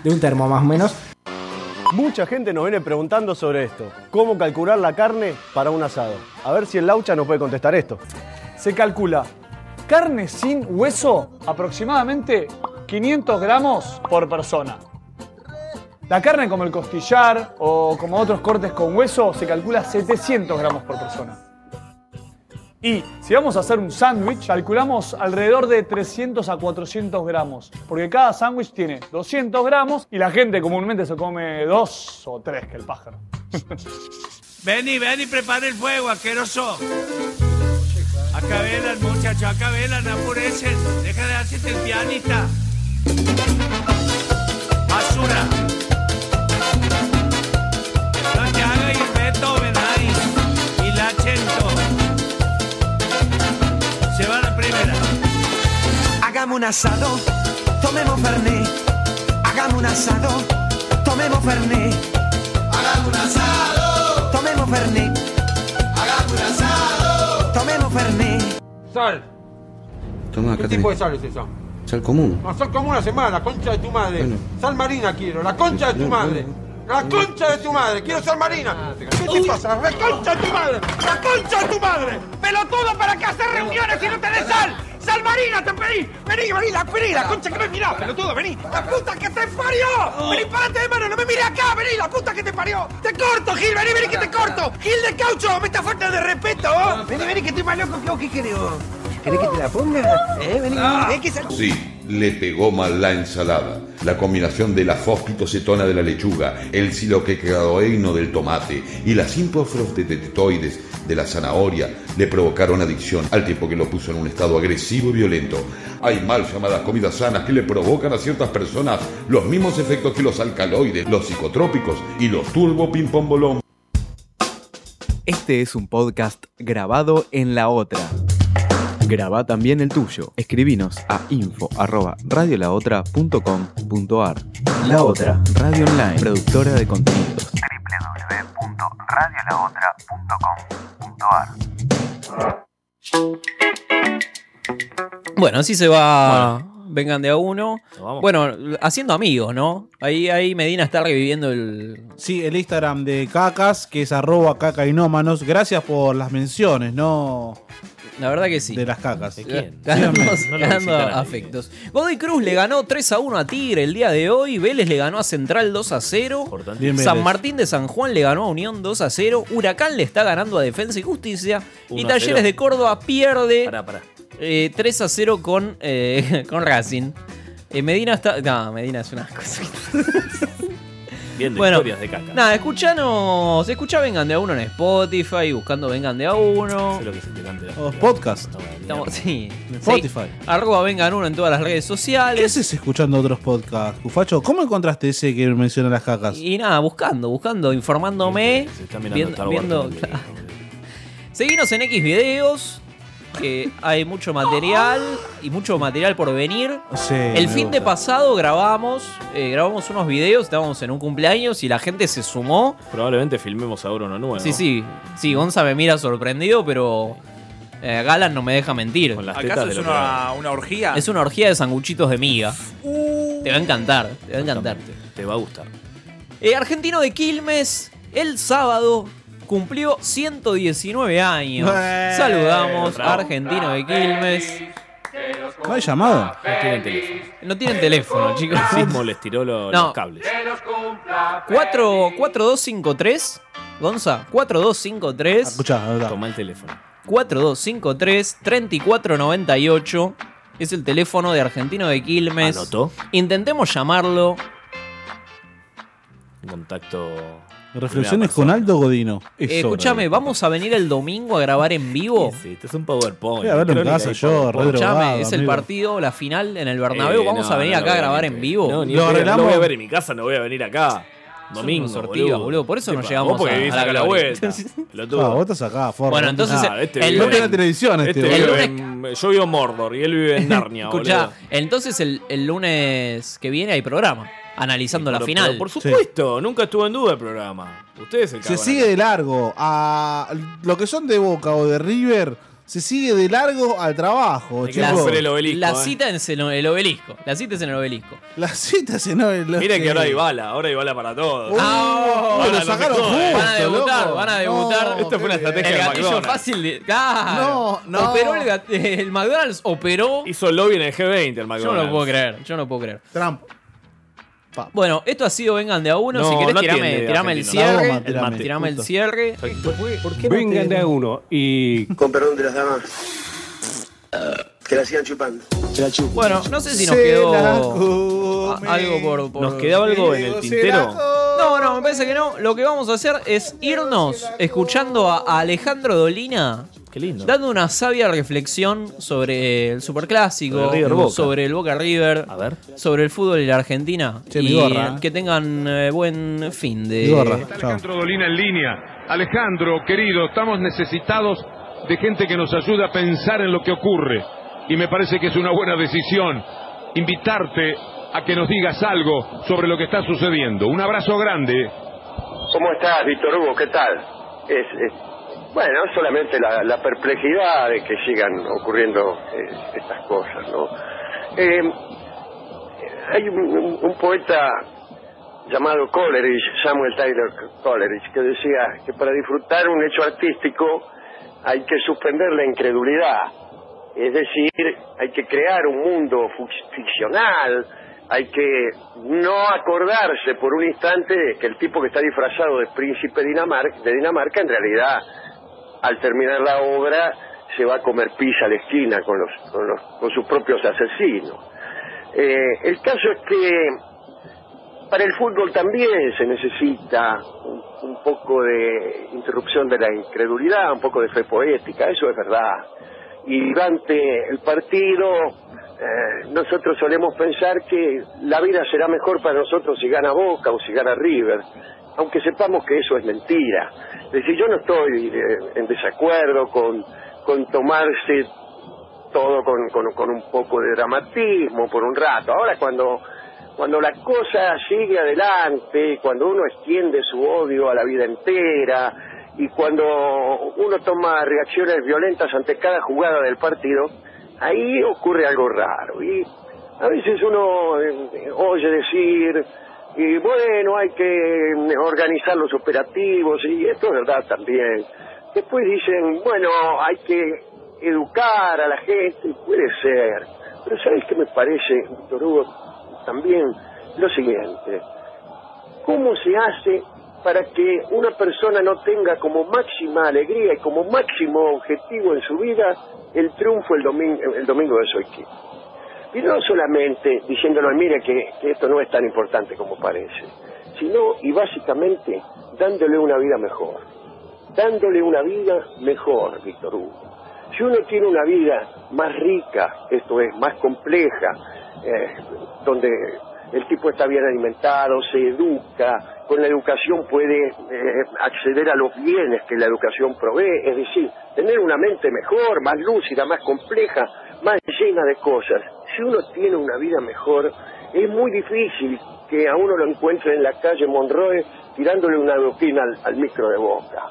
de un termo más o menos.
Mucha gente nos viene preguntando sobre esto. ¿Cómo calcular la carne para un asado? A ver si el laucha nos puede contestar esto. Se calcula carne sin hueso aproximadamente 500 gramos por persona. La carne como el costillar o como otros cortes con hueso se calcula 700 gramos por persona. Y si vamos a hacer un sándwich, calculamos alrededor de 300 a 400 gramos, porque cada sándwich tiene 200 gramos y la gente comúnmente se come dos o tres que el pájaro.
Vení, vení, prepara el fuego, asqueroso. Acá velan, muchachos, acá velan, apurecen. Deja de hacerte el pianista. Basura. No te hagas el Beethoven ahí. Y la Chento. Se va la primera. Hagamos un asado, tomemos fernet. Hagamos un asado, tomemos fernet. Hagamos un asado, tomemos fernet. Hagamos un asado.
Sal.
Toma,
¿Qué
acá
tipo de
tenés.
sal es esa?
Sal común.
No, sal como una semana, concha de tu madre.
Bueno.
Sal marina quiero, la concha de tu
No, no,
madre. La concha de tu madre, quiero sal marina. ¿Qué Ah, te pasa? La concha de tu madre, la concha de tu madre. Pelotudo, ¿para qué hacer reuniones si no tenés sal? Sal marina, te pedí. Vení, vení, la, vení, la concha que me mirá, pelotudo, vení. La puta que te parió. Vení, parate de mano, no me mire acá, vení, la puta que te parió. Te corto, Gil, vení, vení que te corto. Gil de caucho, me está falta de respeto. ¿oh? Vení, vení que estoy más loco que vos, ¿qué querés vos? ¿Querés que te la ponga? Eh, vení, vení, que sal...
Sí, le pegó mal la ensalada. La combinación de la fosfitocetona de la lechuga, el siloquecadoeino del tomate y las improfrotetoides de la zanahoria le provocaron adicción al tiempo que lo puso en un estado agresivo y violento. Hay mal llamadas comidas sanas que le provocan a ciertas personas los mismos efectos que los alcaloides, los psicotrópicos y los turbo bolón.
Este es un podcast grabado en la otra. Graba también el tuyo. Escribinos a info@radiolaotra.com.ar. La otra, radio online, productora de contenidos.
www.radiolaotra.com.ar
Bueno, así se va. Vengan de a uno. Bueno, haciendo amigos, ¿no? Ahí, ahí Medina está reviviendo el.
Sí, el Instagram de Cacas, que es arroba cacainómanos. Gracias por las menciones, ¿no?
La verdad que sí.
De las cacas.
Ganando,
Síganme.
ganando afectos. Godoy Cruz le ganó 3 a 1 a Tigre el día de hoy. Vélez le ganó a Central 2 a 0.
Bien, Vélez.
San Martín de San Juan le ganó a Unión 2 a 0. Huracán le está ganando a Defensa y Justicia. Y
1 a 0.
Talleres de Córdoba pierde eh, 3 a 0 con, eh, con Racing. Eh, Medina está. No, Medina es una cosa.
Viendo
Bueno,
historias de caca.
Nada, escuchanos. Escucha Vengan de a uno en Spotify, buscando Vengan de a uno.
Los podcasts.
Estamos, sí.
Oh, En
Sí.
Spotify.
Arroba vengan uno en todas las redes
¿Qué
sociales.
haces escuchando otros podcasts, Cufacho? ¿Cómo encontraste ese que menciona las cacas?
Y nada, buscando, buscando, informándome.
mirando
viendo-
Star Wars
viendo- claro. Seguinos en X videos. Que hay mucho material y mucho material por venir.
Sí, Eh,
El
me
fin de
gusta.
pasado grabamos, eh, grabamos unos videos, estábamos en un cumpleaños y la gente se sumó.
Probablemente filmemos ahora uno nuevo.
Sí, sí, sí, Gonza me mira sorprendido, pero eh, Galan no me deja mentir.
¿Acaso es una, una orgía? Uh.
Es una orgía de sanguchitos de miga. Te va a encantar, te va a encantar.
Te va a gustar.
Eh, argentino de Quilmes, el sábado cumplió 119 años.
Bueno.
Saludamos a argentino de Quilmes.
¿No hay llamado?
No tienen teléfono.
No tienen teléfono, chicos.
El sismo les tiró lo-
No.
los cables.
4 4253, Gonza, 4253.
Toma el teléfono.
4253 3498 es el teléfono de Argentino de Quilmes.
Anotó.
Intentemos llamarlo.
Contacto.
Reflexiones con Aldo Godino. Es
Eh,
hora.
escúchame, ¿vamos a venir el domingo a grabar en vivo?
Sí, este es un PowerPoint.
Voy a verlo en casa yo, re drogado,
Escúchame, es el
amigo.
partido, la final en el Bernabéu.
Eh,
¿Vamos
no,
a venir
no,
acá a
no,
grabar
no,
en
no,
vivo?
No, ni en pedo, lo voy a ver en mi casa, no voy a venir acá.
Somos
Domingo.
unos sortivas, boludo, por eso no
Epa,
llegamos
Vos porque
a-
vivís
a la
acá a la
gloria.
vuelta. pelotudo.
Ah, vos estás acá, forro.
Bueno, entonces,
Ah, este
el
vive
lunes-
en-
No tiene televisión, este,
este
boludo.
vive
el
en- Yo vivo en Mordor y él vive en Narnia,
Escuchá,
boludo.
entonces el, el lunes que viene hay programa, analizando la
Pero-
final.
pero por supuesto, nunca estuvo en duda el programa. Usted es el
Se
cagón
sigue de largo a lo que son de Boca o de River, se sigue de largo al trabajo.
La,
chicos.
eh.
la cita es en el obelisco. La cita es en el obelisco.
La cita se no es lo
Miren que ahora hay bala, ahora hay bala para todos.
Ah,
Bala,
lo
no
sacaron
se jode.
justo, Van a debutar, loco. van a debutar.
Esto fue una estrategia
el
de
gatillo
McDonald's.
fácil de. Claro.
No, no.
Operó el, gat- el McDonald's operó.
Hizo lobby en el G20 el McDonald's.
Yo no lo puedo creer, yo no puedo creer.
Trump.
Bueno, esto ha sido Vengan de a uno.
No,
si querés,
no
tirame,
atiende,
tirame el
Argentina. La
cierre.
goma, tirame,
el- tirame el
justo.
cierre.
Vengan de a uno y. Con perdón de las damas. Que la sigan chupando.
Bueno, no sé si nos quedó a- algo por, por-
¿Nos quedó algo en el tintero?
No, no, me parece que no. Lo que vamos a hacer es irnos escuchando a a Alejandro Dolina.
Qué lindo.
Dando una sabia reflexión sobre el superclásico,
Sobre River Boca.
sobre el Boca River, sobre el fútbol y la Argentina.
Che, mi
y
gorra, eh.
que tengan eh, buen fin de.
Mi Alejandro Dolina en línea. Alejandro, querido, estamos necesitados de gente que nos ayude a pensar en lo que ocurre. Y me parece que es una buena decisión invitarte a que nos digas algo sobre lo que está sucediendo. Un abrazo grande.
¿Cómo estás, Víctor Hugo? ¿Qué tal? Es, es
Bueno, solamente la, la perplejidad de que sigan ocurriendo eh, estas cosas, ¿no? Eh, hay un, un- un poeta llamado Coleridge, Samuel Taylor Coleridge, que decía que para disfrutar un hecho artístico hay que suspender la incredulidad, es decir, hay que crear un mundo fuc- ficcional, hay que no acordarse por un instante de que el tipo que está disfrazado de príncipe Dinamar- de Dinamarca en realidad al terminar la obra se va a comer pizza a la esquina con, los, con, los- con sus propios asesinos. Eh, el caso es que para el fútbol también se necesita un, un poco de interrupción de la incredulidad, un poco de fe poética, eso es verdad. Y durante el partido eh, nosotros solemos pensar que la vida será mejor para nosotros si gana Boca o si gana River, aunque sepamos que eso es mentira. Es decir, yo no estoy eh, en desacuerdo con, con tomarse todo con, con- con un poco de dramatismo por un rato. Ahora cuando, cuando la cosa sigue adelante, cuando uno extiende su odio a la vida entera y cuando uno toma reacciones violentas ante cada jugada del partido, ahí ocurre algo raro. Y a veces uno eh, oye decir, y bueno, hay que mm, organizar los operativos, y esto es verdad también. Después dicen, bueno, hay que educar a la gente, puede ser. Pero ¿sabes qué me parece, Víctor Hugo? También lo siguiente. ¿Cómo se hace para que una persona no tenga como máxima alegría y como máximo objetivo en su vida el triunfo el domingo, el domingo de su equipo? Y no solamente diciéndole, mire que, que esto no es tan importante como parece, sino y básicamente dándole una vida mejor, dándole una vida mejor, Víctor Hugo. Si uno tiene una vida más rica, esto es, más compleja, eh, donde el tipo está bien alimentado, se educa, con la educación puede eh, acceder a los bienes que la educación provee, es decir, tener una mente mejor, más lúcida, más compleja, más llena de cosas. Si uno tiene una vida mejor, es muy difícil que a uno lo encuentre en la calle Monroe tirándole una adoquina al, al micro de boca.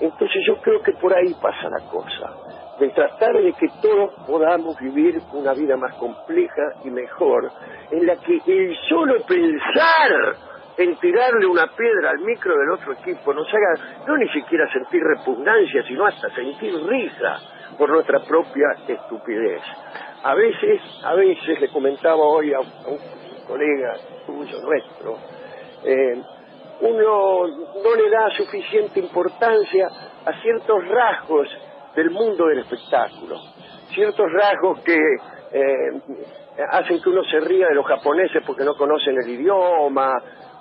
Entonces yo creo que por ahí pasa la cosa, de tratar de que todos podamos vivir una vida más compleja y mejor, en la que el solo pensar en tirarle una piedra al micro del otro equipo nos haga no ni siquiera sentir repugnancia, sino hasta sentir risa por nuestra propia estupidez. A veces, a veces, le comentaba hoy a un, a un colega tuyo, nuestro, eh, uno no le da suficiente importancia a ciertos rasgos del mundo del espectáculo, ciertos rasgos que eh, hacen que uno se ría de los japoneses porque no conocen el idioma,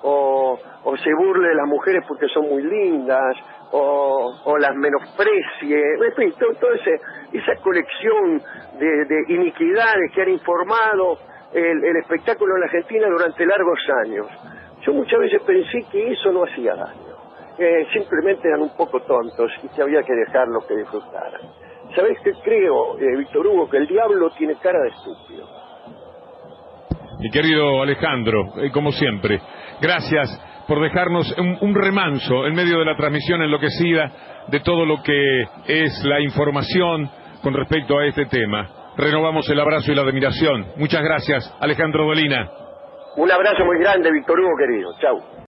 o, o se burle de las mujeres porque son muy lindas, o, o las menosprecie, en fin, to- toda ese- esa colección de, de iniquidades que han informado el, el espectáculo en la Argentina durante largos años. Yo muchas veces pensé que eso no hacía daño, Eh, simplemente eran un poco tontos y que había que dejarlos que disfrutaran. ¿Sabés qué creo, eh, Víctor Hugo? Que el diablo tiene cara de estúpido.
Mi querido Alejandro, eh, como siempre, gracias por dejarnos un, un remanso en medio de la transmisión enloquecida de todo lo que es la información con respecto a este tema. Renovamos el abrazo y la admiración. Muchas gracias, Alejandro Dolina.
Un abrazo muy grande, Víctor Hugo, querido. Chau.